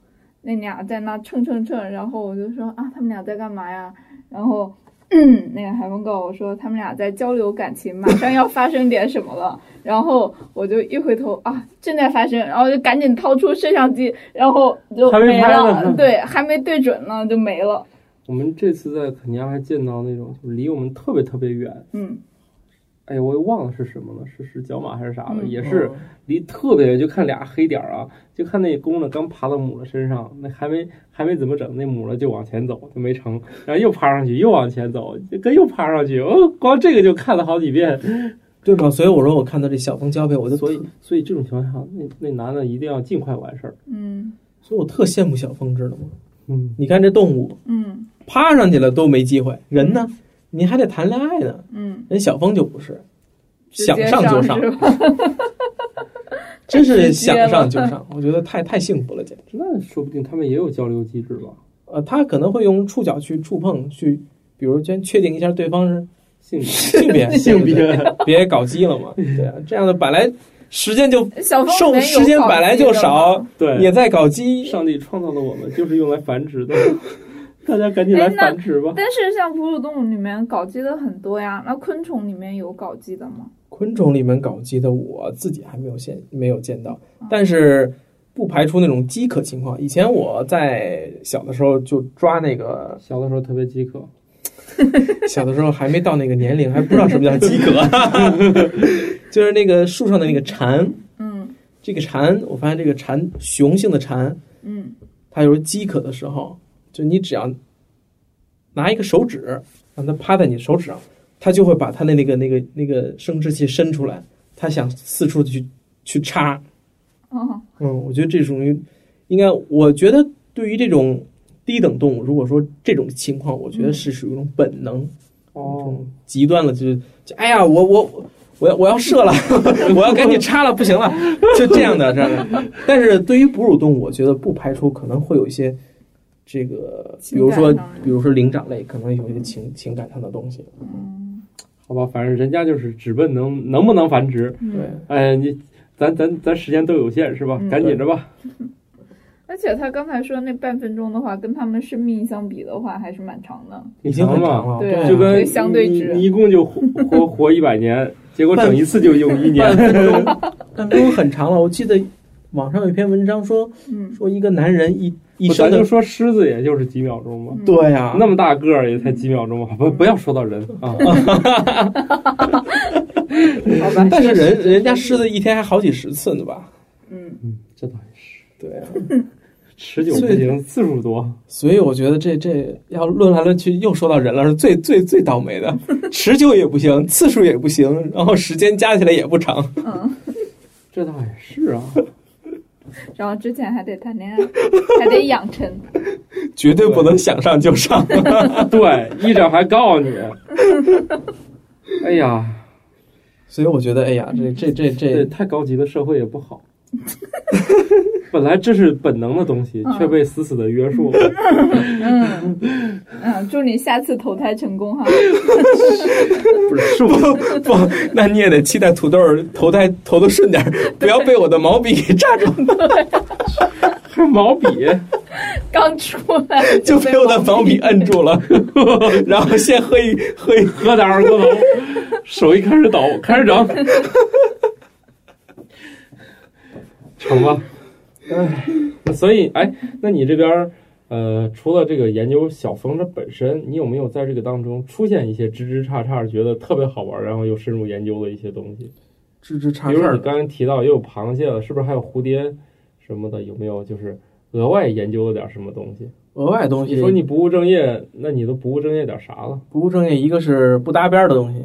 Speaker 3: 那俩在那蹭蹭蹭，然后我就说啊，他们俩在干嘛呀？然后。嗯，那个海峰告诉我说他们俩在交流感情，马上要发生点什么了。然后我就一回头啊，正在发生，然后就赶紧掏出摄像机，然后就
Speaker 8: 还没
Speaker 3: 没
Speaker 8: 拍
Speaker 3: 了。
Speaker 8: 呢
Speaker 3: 对，还没对准呢就没了。
Speaker 8: 我们这次在肯尼亚还见到那种就是离我们特别特别远，
Speaker 3: 嗯
Speaker 8: 哎，我也忘了是什么了，是是角马还是啥的，
Speaker 3: 嗯
Speaker 8: 也是
Speaker 9: 呃
Speaker 8: 离特别远，就看俩黑点儿啊，就看那公的刚爬到母的身上，那还没还没怎么整，那母的就往前走，就没成，然后又爬上去，又往前走，就跟又爬上去，哦，光这个就看了好几遍。
Speaker 9: 对吧？所以我说我看到这小蜂交配，我就
Speaker 8: 所以
Speaker 9: 特，
Speaker 8: 所以这种情况下，那那男的一定要尽快完事儿。
Speaker 3: 嗯
Speaker 9: 所以我特羡慕小蜂，知道吗？
Speaker 8: 嗯，
Speaker 9: 你看这动物
Speaker 3: 嗯
Speaker 9: 趴上去了都没机会，人呢，你还得谈恋爱呢。
Speaker 3: 嗯，
Speaker 9: 人小峰就不是，
Speaker 3: 直
Speaker 9: 想
Speaker 3: 接
Speaker 9: 上就
Speaker 3: 上，
Speaker 9: 上
Speaker 3: 是吧？
Speaker 9: 真是
Speaker 3: 直接
Speaker 9: 想
Speaker 3: 了
Speaker 9: 上就上，我觉得太太幸福了，简直。
Speaker 8: 那说不定他们也有交流机制吧？
Speaker 9: 呃，他可能会用触角去触碰，去比如先确定一下对方是
Speaker 8: 性 别
Speaker 9: 性别，
Speaker 8: 性别，
Speaker 9: 别搞基 了嘛。对啊，这样的本来时间就
Speaker 3: 小峰
Speaker 9: 受
Speaker 3: 没有
Speaker 9: 时间
Speaker 3: 搞
Speaker 9: 本来
Speaker 3: 基
Speaker 9: 就
Speaker 3: 的
Speaker 9: 少
Speaker 3: 嘛，
Speaker 9: 也
Speaker 8: 对，
Speaker 9: 在搞基，
Speaker 8: 上帝创造了我们就是用来繁殖的， 大家赶紧来
Speaker 3: 哎那
Speaker 8: 繁殖吧。
Speaker 3: 但是像哺乳动物里面搞基的很多呀，那昆虫里面有搞基的吗？
Speaker 9: 昆虫里面搞基的，我自己还没有见没有见到，但是不排除那种饥渴情况。以前我在小的时候就抓那个
Speaker 8: 小的时候特别饥渴，
Speaker 9: 小的时候还没到那个年龄，还不知道什么叫饥渴， 就是那个树上的那个蝉，
Speaker 3: 嗯
Speaker 9: 这个蝉，我发现这个蝉，雄性的蝉，
Speaker 3: 嗯
Speaker 9: 它有时候饥渴的时候，就你只要拿一个手指让它趴在你手指上，它就会把它的那个那个那个生殖器伸出来，它想四处去去插。
Speaker 3: 哦
Speaker 9: 嗯，我觉得这属于应该，我觉得对于这种低等动物，如果说这种情况，我觉得是属于一种本能。
Speaker 8: 哦，
Speaker 9: 极端了，就是就哎呀，我我我要我要射了， 我要赶紧插了，不行了，就这样的这样 的。但是对于哺乳动物，我觉得不排除可能会有一些这个，比如说
Speaker 3: 情感上的
Speaker 9: 比如说灵长类，可能有一些情情感上的东西。
Speaker 3: 嗯
Speaker 8: 好吧，反正人家就是只问能能不能繁殖。
Speaker 3: 嗯
Speaker 9: 对，
Speaker 8: 哎，你咱咱咱时间都有限是吧
Speaker 3: 嗯？
Speaker 8: 赶紧着吧。
Speaker 3: 而且他刚才说那半分钟的话，跟他们生命相比的话，还是蛮长的。
Speaker 9: 已经很
Speaker 8: 嘛
Speaker 9: 长，了，
Speaker 3: 对
Speaker 9: 啊
Speaker 8: 就跟
Speaker 3: 就相对
Speaker 8: 你
Speaker 3: 值
Speaker 8: 你一共就活活活一百年，结果整一次就用一
Speaker 9: 半
Speaker 8: 年。
Speaker 9: 分钟， 半分钟很长了。我记得网上有一篇文章说
Speaker 3: 嗯，
Speaker 9: 说一个男人一一
Speaker 8: 不
Speaker 9: 生
Speaker 8: 咱
Speaker 9: 的
Speaker 8: 就说狮子，也就是几秒钟嘛。
Speaker 3: 嗯
Speaker 9: 对呀、
Speaker 8: 那么大个儿也才几秒钟吧，不不要说到人啊，
Speaker 3: 好吧。
Speaker 9: 但是 人人家狮子一天还好几十次呢吧？
Speaker 3: 嗯，
Speaker 8: 嗯，这倒也是，
Speaker 9: 对啊。
Speaker 8: 持久不行，次数多，
Speaker 9: 所以我觉得这这要论来论去又说到人了，是最最最倒霉的，持久也不行，次数也不行，然后时间加起来也 不长。
Speaker 3: 嗯
Speaker 8: 这倒也是啊，
Speaker 3: 然后之前还得谈恋爱，还得养成。
Speaker 9: 绝对不能想上就上。
Speaker 8: 对，一长还告你，哎呀，
Speaker 9: 所以我觉得，哎呀，这这这
Speaker 8: 这
Speaker 9: 这，
Speaker 8: 太高级的社会也不好， 本来这是本能的东西，却被死死的约束了，
Speaker 3: 嗯嗯，祝你下次投胎成功哈。
Speaker 8: 不是，是我
Speaker 9: 不，那你也得期待土豆儿投胎投的顺点儿，不要被我的毛笔给扎住，
Speaker 8: 还有毛笔，
Speaker 3: 刚出来
Speaker 9: 就被我的毛笔摁住了，然后先喝一喝一，
Speaker 8: 喝点二锅头，手一开始抖，开始整， 成吧。哎，所以哎，那你这边儿呃，除了这个研究小蜂它本身，你有没有在这个当中出现一些枝枝杈杈，觉得特别好玩儿，然后又深入研究的一些东西？
Speaker 9: 枝枝叉
Speaker 8: 比如
Speaker 9: 叉
Speaker 8: 你
Speaker 9: 的。
Speaker 8: 刚才提到也有螃蟹了，是不是还有蝴蝶什么的？有没有就是额外研究了点什么东西？
Speaker 9: 额外的东西，
Speaker 8: 你说你不务正业，那你都不务正业点啥了？
Speaker 9: 不务正业，一个是不搭边儿的东西，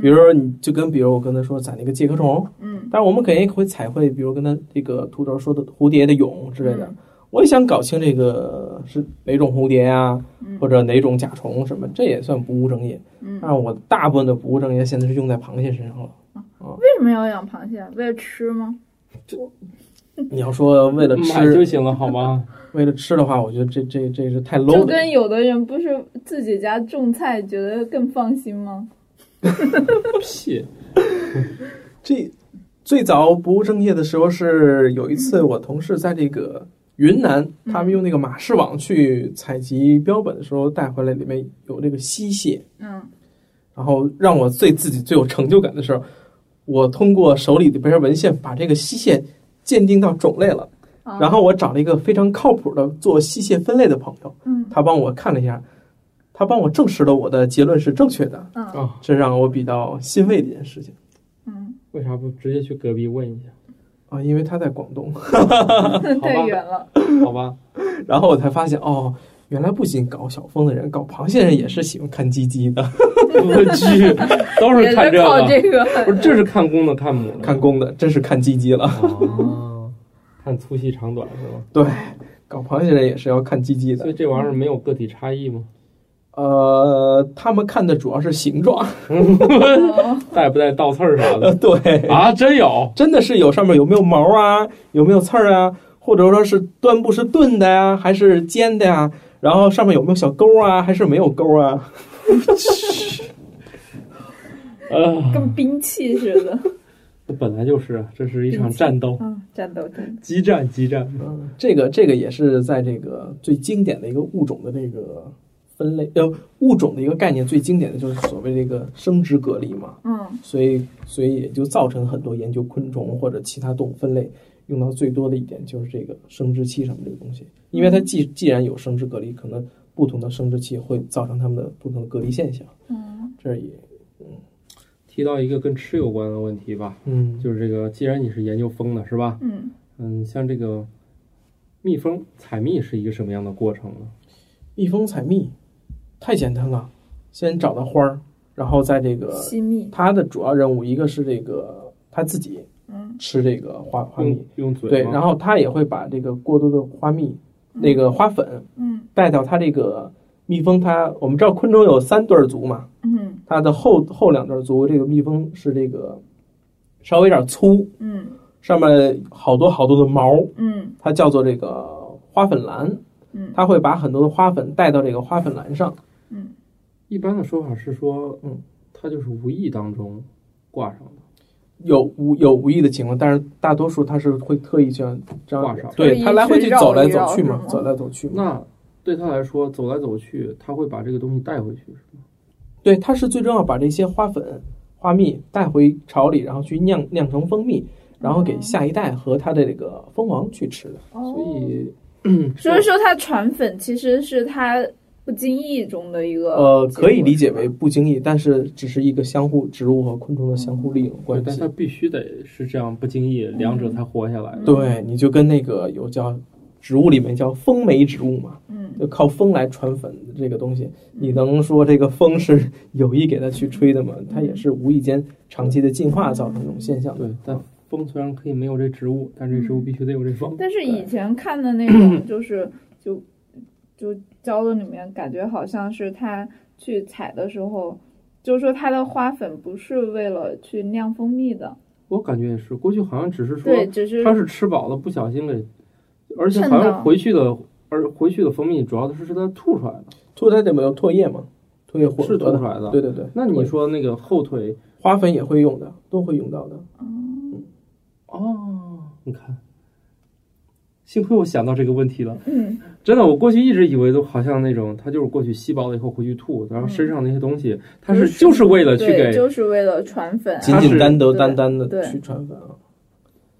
Speaker 9: 比如说你就跟比如我跟他说攒那个介壳虫，
Speaker 3: 嗯
Speaker 9: 但是我们肯定会彩绘，比如跟他这个秃头说的蝴蝶的蛹之类的
Speaker 3: 嗯。
Speaker 9: 我也想搞清这个是哪种蝴蝶啊，或者哪种甲虫什么，这也算不务正业。
Speaker 3: 嗯，
Speaker 9: 但是我大部分的不务正业现在是用在螃蟹身 上了。
Speaker 3: 为什么要养螃蟹？啊为了吃吗？
Speaker 9: 你要说为了
Speaker 8: 买嗯就
Speaker 9: 吃，
Speaker 8: 行了，好吗？
Speaker 9: 为了吃的话，我觉得这这这是太
Speaker 3: 就
Speaker 9: low 的。
Speaker 3: 跟有的人不是自己家种菜觉得更放心吗？
Speaker 8: 屁！
Speaker 9: 这最早不务正业的时候是有一次，我同事在这个云南，
Speaker 3: 嗯
Speaker 9: 他们用那个马氏网去采集标本的时候带回来，里面有这个溪蟹。
Speaker 3: 嗯
Speaker 9: 然后让我最自己最有成就感的是，我通过手里的这篇文献把这个溪蟹鉴定到种类了，
Speaker 3: 啊，
Speaker 9: 然后我找了一个非常靠谱的做溪蟹分类的朋友，
Speaker 3: 嗯
Speaker 9: 他帮我看了一下，他帮我证实了我的结论是正确的，
Speaker 3: 嗯
Speaker 8: 啊，
Speaker 9: 这让我比较欣慰的一件事情
Speaker 3: 嗯，
Speaker 8: 为啥不直接去隔壁问一下？
Speaker 9: 啊，因为他在广东，
Speaker 8: 好吧
Speaker 3: 嗯太远了，
Speaker 8: 好吧，
Speaker 9: 然后我才发现哦。原来不仅搞小风的人，搞螃蟹人也是喜欢看鸡鸡的，
Speaker 8: 我去，都
Speaker 3: 也
Speaker 8: 是看
Speaker 3: 是靠
Speaker 8: 个，
Speaker 3: 这个。
Speaker 8: 不是这是看公的看母的，
Speaker 9: 看公的，真是看鸡鸡了。
Speaker 8: 啊，看粗细长短 是吧？
Speaker 9: 对，搞螃蟹人也是要看鸡鸡
Speaker 8: 所以
Speaker 9: 的。
Speaker 8: 这玩意儿没有个体差异吗？
Speaker 9: 呃，他们看的主要是形状，
Speaker 3: 哦
Speaker 8: 带不带倒刺儿啥的？
Speaker 9: 呃，对，
Speaker 8: 啊，真 有，
Speaker 9: 真的是有上面有没有毛啊，有没有刺儿啊，或者说是端部是钝的呀、还是尖的呀、然后上面有没有小钩啊，还是没有钩啊？
Speaker 8: 呃，
Speaker 3: 跟兵器似的。
Speaker 8: 这本来就是啊，这是一场战斗，
Speaker 3: 嗯，战斗战斗。
Speaker 8: 激战，激战。
Speaker 9: 嗯，这个这个也是在这个最经典的一个物种的这个分类，呃，物种的一个概念最经典的就是所谓这个生殖隔离嘛，
Speaker 3: 嗯
Speaker 9: 所以所以也就造成很多研究昆虫或者其他动物分类用到最多的一点就是这个生殖器上面这个东西，因为它既既然有生殖隔离，可能不同的生殖器会造成它们的不同的隔离现象，
Speaker 3: 嗯
Speaker 9: 这也
Speaker 8: 提到一个跟吃有关的问题吧，
Speaker 9: 嗯
Speaker 8: 就是这个，既然你是研究蜂的，是吧？
Speaker 3: 嗯，
Speaker 8: 嗯，像这个蜜蜂采蜜是一个什么样的过程呢？
Speaker 9: 蜜蜂采蜜太简单了，先找到花儿，然后在这个
Speaker 3: 吸蜜。
Speaker 9: 它的主要任务一个是这个它自己
Speaker 3: 嗯
Speaker 9: 吃这个花花蜜
Speaker 8: 用，用嘴
Speaker 9: 对，
Speaker 8: 吗
Speaker 9: 然后它也会把这个过多的花蜜那个花粉
Speaker 3: 嗯
Speaker 9: 带到它这个蜜蜂它，我们知道昆虫有三对儿足嘛，
Speaker 3: 嗯
Speaker 9: 它的后后两对儿足，这个蜜蜂是这个稍微有点粗，
Speaker 3: 嗯
Speaker 9: 上面好多好多的毛，
Speaker 3: 嗯
Speaker 9: 它叫做这个花粉兰，
Speaker 3: 嗯
Speaker 9: 它会把很多的花粉带到这个花粉兰上，
Speaker 3: 嗯
Speaker 8: 一般的说法是说，
Speaker 9: 嗯，
Speaker 8: 它就是无意当中挂上的。
Speaker 9: 有无有无意的情况，但是大多数它是会特意这样这样
Speaker 8: 挂上，
Speaker 3: 特
Speaker 9: 对
Speaker 3: 意
Speaker 9: 它来回
Speaker 3: 去
Speaker 9: 去
Speaker 3: 绕
Speaker 9: 走来
Speaker 3: 一绕
Speaker 9: 走去嘛
Speaker 3: 是吗，
Speaker 9: 走来走去嘛，
Speaker 8: 那对它来说，走来走去，它会把这个东西带回去，是吗？
Speaker 9: 对，它是最重要把这些花粉、花蜜带回巢里，然后去酿酿成蜂蜜，然后
Speaker 8: 嗯
Speaker 9: 给下一代和它的这个蜂王去吃的。
Speaker 3: 哦
Speaker 8: 所。以，
Speaker 3: 所以说它传粉其实是它不经意中的一个
Speaker 9: 呃，可以理解
Speaker 3: 结
Speaker 9: 为
Speaker 3: 果
Speaker 9: 不经意，但是只是一个相互植物和昆虫的相互利用
Speaker 8: 嗯对，
Speaker 9: 关
Speaker 8: 但
Speaker 9: 系嗯
Speaker 8: 它。必须得是这样不经意，两者才活下来。
Speaker 9: 对，你就跟那个有叫植物里面叫风媒植物嘛，
Speaker 3: 嗯
Speaker 9: 就靠风来传粉的这个东西，你能说这个风是有意给它去吹的吗？它也是无意间长期的进化造成这种现象的。
Speaker 8: 对，但风虽然可以没有这植物，但这植
Speaker 9: 嗯
Speaker 8: 物必须得有这风。
Speaker 3: 但是以前看的那种就是就就胶的里面，感觉好像是它去采的时候，就是说它的花粉不是为了去酿蜂蜜的，
Speaker 8: 我感觉也是，过去好像只是说
Speaker 3: 对，只是
Speaker 8: 它是吃饱了不小心给，而且好
Speaker 3: 趁
Speaker 8: 像
Speaker 3: 的
Speaker 8: 回去的，而回去的蜂蜜主要的是是它吐出来的，
Speaker 9: 吐它里面有唾液嘛，唾液混
Speaker 8: 是
Speaker 9: 合
Speaker 8: 吐出
Speaker 9: 的。
Speaker 8: 来的。
Speaker 9: 对对对，
Speaker 8: 那你说那个后腿
Speaker 9: 花粉也会用的，都会用到的。
Speaker 8: 哦，你看，幸亏我想到这个问题了。
Speaker 3: 嗯
Speaker 8: 真的，我过去一直以为都好像那种，它就是过去吸饱了以后回去吐，然后身上那些东西，它是就是为了去
Speaker 3: 对，
Speaker 8: 给
Speaker 3: 就是为了传粉啊，
Speaker 9: 仅仅单得单单
Speaker 3: 对
Speaker 9: 的
Speaker 3: 对
Speaker 9: 去传粉啊。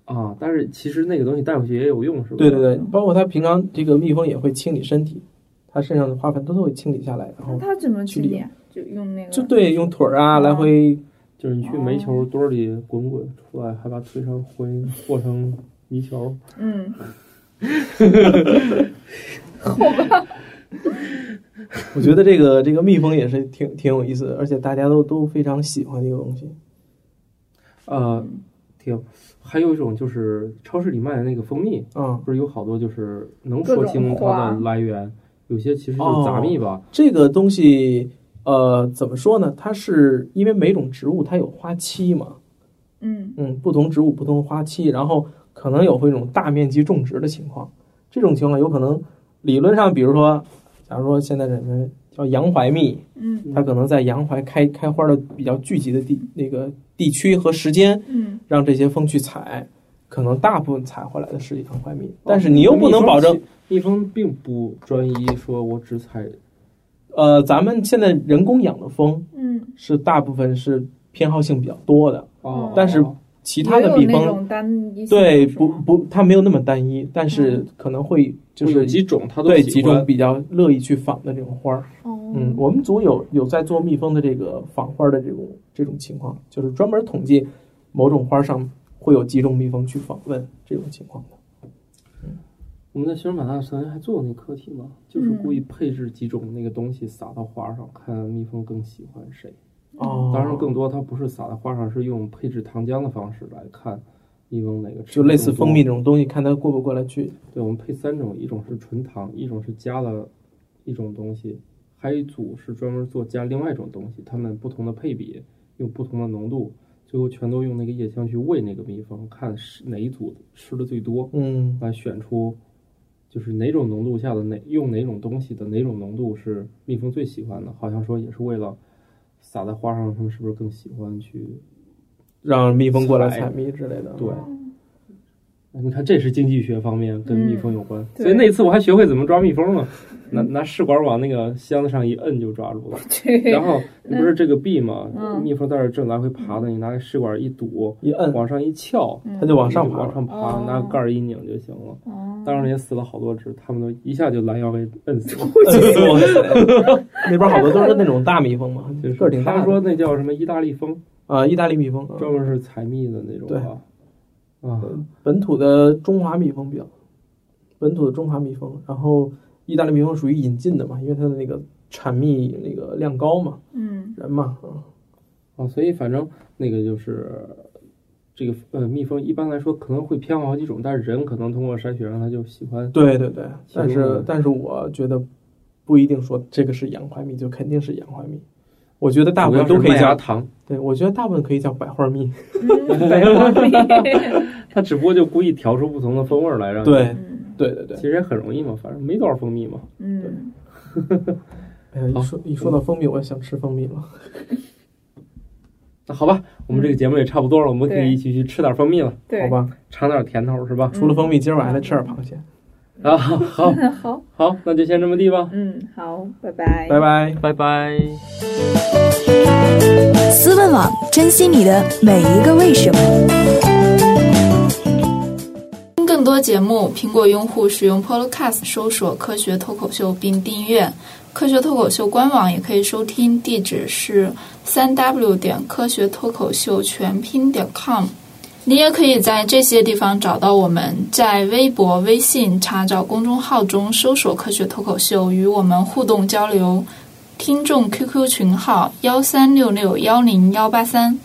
Speaker 8: 啊，但是其实那个东西带回去也有用，是吧？
Speaker 9: 对对对，包括它平常这个蜜蜂也会清理身体，它身上的花粉都都会清理下来，然后
Speaker 3: 那它怎么去
Speaker 9: 去利
Speaker 3: 练？就用那个
Speaker 9: 嗯就对用腿儿啊来回
Speaker 8: 就是你去煤球堆里滚滚，出来还把腿上灰和成泥球。
Speaker 3: 嗯，
Speaker 9: 我觉得这个这个蜜蜂也是挺挺有意思的，而且大家都都非常喜欢这个东西。
Speaker 8: 呃，挺，还有一种就是超市里卖的那个蜂蜜，
Speaker 9: 嗯，
Speaker 8: 不是有好多就是能
Speaker 3: 各
Speaker 8: 说
Speaker 3: 种
Speaker 8: 清它
Speaker 3: 花
Speaker 8: 的来源，有些其实就是
Speaker 9: 哦
Speaker 8: 杂蜜吧。
Speaker 9: 这个东西呃怎么说呢？它是因为每种植物它有花期嘛，
Speaker 3: 嗯
Speaker 9: 嗯，不同植物不同花期，然后可能有会一种大面积种植的情况。这种情况有可能理论上，比如说，假如说现在这边叫洋槐蜜，
Speaker 3: 嗯
Speaker 9: 它可能在洋槐开开花的比较聚集的地那个地区和时间，
Speaker 3: 嗯，
Speaker 9: 让这些蜂去采，可能大部分采回来的是洋槐蜜，但是你又不能保证。
Speaker 8: 哦蜜蜂并不专一，说我只采
Speaker 9: 呃，咱们现在人工养的蜂
Speaker 3: 嗯，
Speaker 9: 是大部分是偏好性比较多的，
Speaker 8: 哦，
Speaker 9: 但是其他的
Speaker 3: 也
Speaker 9: 蜜
Speaker 3: 有那
Speaker 9: 蜂
Speaker 3: 种单一性
Speaker 9: 对
Speaker 3: 的是
Speaker 9: 不
Speaker 3: 吗嗯
Speaker 9: 不，它没有那么单一，但是可能会就
Speaker 8: 就是有几种它都
Speaker 9: 对
Speaker 8: 喜
Speaker 9: 几
Speaker 8: 欢
Speaker 9: 种比较乐意去仿的这种花儿。
Speaker 3: 哦，
Speaker 9: 嗯，我们组有有在做蜜蜂的这个仿花儿的这种这种情况，就是专门统计某种花儿上会有几种蜜蜂去访问这种情况的。
Speaker 8: 我们在学生版大神还做过那课题嘛，就是
Speaker 3: 嗯
Speaker 8: 故意配置几种那个东西撒到花上，看蜜蜂更喜欢谁。
Speaker 9: 哦
Speaker 8: 当然，更多它不是撒在花上，是用配置糖浆的方式来看蜜蜂哪个吃
Speaker 9: 就类似
Speaker 8: 得更多
Speaker 9: 蜂蜜。这种东西，看它过不过来去。
Speaker 8: 对，我们配三种，一种是纯糖，一种是加了一种东西，还有一组是专门做加另外一种东西，它们不同的配比，用不同的浓度，最后全都用那个液枪去喂那个蜜蜂，看是哪一组吃的最多。
Speaker 9: 嗯，
Speaker 8: 来选出，就是哪种浓度下的哪用哪种东西的哪种浓度是蜜蜂最喜欢的，好像说也是为了撒在花上，它们是不是更喜欢去？
Speaker 9: 让蜜蜂过来
Speaker 8: 采
Speaker 9: 采蜜之类的。嗯
Speaker 8: 对，
Speaker 3: 哦
Speaker 8: 哎你看这是经济学方面跟蜜蜂有关，
Speaker 3: 嗯对
Speaker 8: 所以那次我还学会怎么抓蜜蜂了，拿拿试管往那个箱子上一摁就抓住了。
Speaker 3: 对
Speaker 8: 然，后你不是这个壁吗？
Speaker 3: 嗯
Speaker 8: 蜜蜂在这儿正来回爬呢，你拿试管一堵，
Speaker 9: 一摁
Speaker 8: 往上一翘，
Speaker 9: 它就往上爬
Speaker 8: 往
Speaker 9: 了。
Speaker 8: 上爬，
Speaker 3: 嗯哦
Speaker 8: 拿盖儿一拧就行了。
Speaker 3: 哦，
Speaker 8: 当时也死了好多只，它们都一下就拦腰给摁死了。
Speaker 9: 哇塞那边好多都是那种大蜜蜂嘛，
Speaker 8: 就是
Speaker 9: 个儿挺大的。
Speaker 8: 他说那叫什么意大利蜂，
Speaker 9: 啊，意大利蜜蜂，啊
Speaker 8: 专门是采蜜的那种吧？啊，
Speaker 9: 本土的中华蜜蜂比较，本土的中华蜜蜂，然后意大利蜜蜂属于引进的嘛，因为它的那个产蜜那个量高嘛，
Speaker 3: 嗯
Speaker 9: 人嘛，啊
Speaker 8: 啊，所以反正那个就是这个呃，蜜蜂一般来说可能会偏好好几种，但是人可能通过筛选让它就喜欢。
Speaker 9: 对对对，
Speaker 8: 其
Speaker 9: 但
Speaker 8: 中
Speaker 9: 是但是我觉得不一定说这个是洋槐蜜就肯定是洋槐蜜，我觉得大部分都可以
Speaker 8: 加
Speaker 9: 叫，
Speaker 8: 糖，
Speaker 9: 对我觉得大部分可以叫百花蜜，
Speaker 3: 嗯，百花蜜，
Speaker 8: 它只不过就故意调出不同的风味儿来让你。
Speaker 9: 对
Speaker 3: 嗯
Speaker 9: 对对对
Speaker 8: 其，实也很容易嘛，反正没多少蜂蜜嘛。
Speaker 3: 嗯，
Speaker 9: 哎呀，一
Speaker 8: 好
Speaker 9: 说一说到蜂蜜，我想吃蜂蜜了，
Speaker 8: 那好吧，我们这个节目也差不多了，我们可
Speaker 3: 对
Speaker 8: 以一起去吃点蜂蜜了，
Speaker 3: 对
Speaker 9: 好，吧，
Speaker 8: 尝点甜头是吧？
Speaker 9: 除
Speaker 3: 嗯
Speaker 9: 了蜂蜜，今儿晚上还得吃点螃蟹，
Speaker 8: 啊，好，
Speaker 3: 好，
Speaker 8: 好，那就先这么地吧。
Speaker 3: 嗯，好，拜拜，
Speaker 9: 拜拜。
Speaker 8: 拜拜。
Speaker 10: 思问网，珍惜你的每一个为什么。
Speaker 5: 听更多节目，苹果用户使用 Podcast 搜索“科学脱口秀”并订阅。科学脱口秀官网也可以收听，地址是三 w 点科学脱口秀全拼点 com。你也可以在这些地方找到我们，在微博、微信查找公众号中搜索“科学脱口秀”，与我们互动交流。听众 QQ 群号：幺三六六幺零幺八三。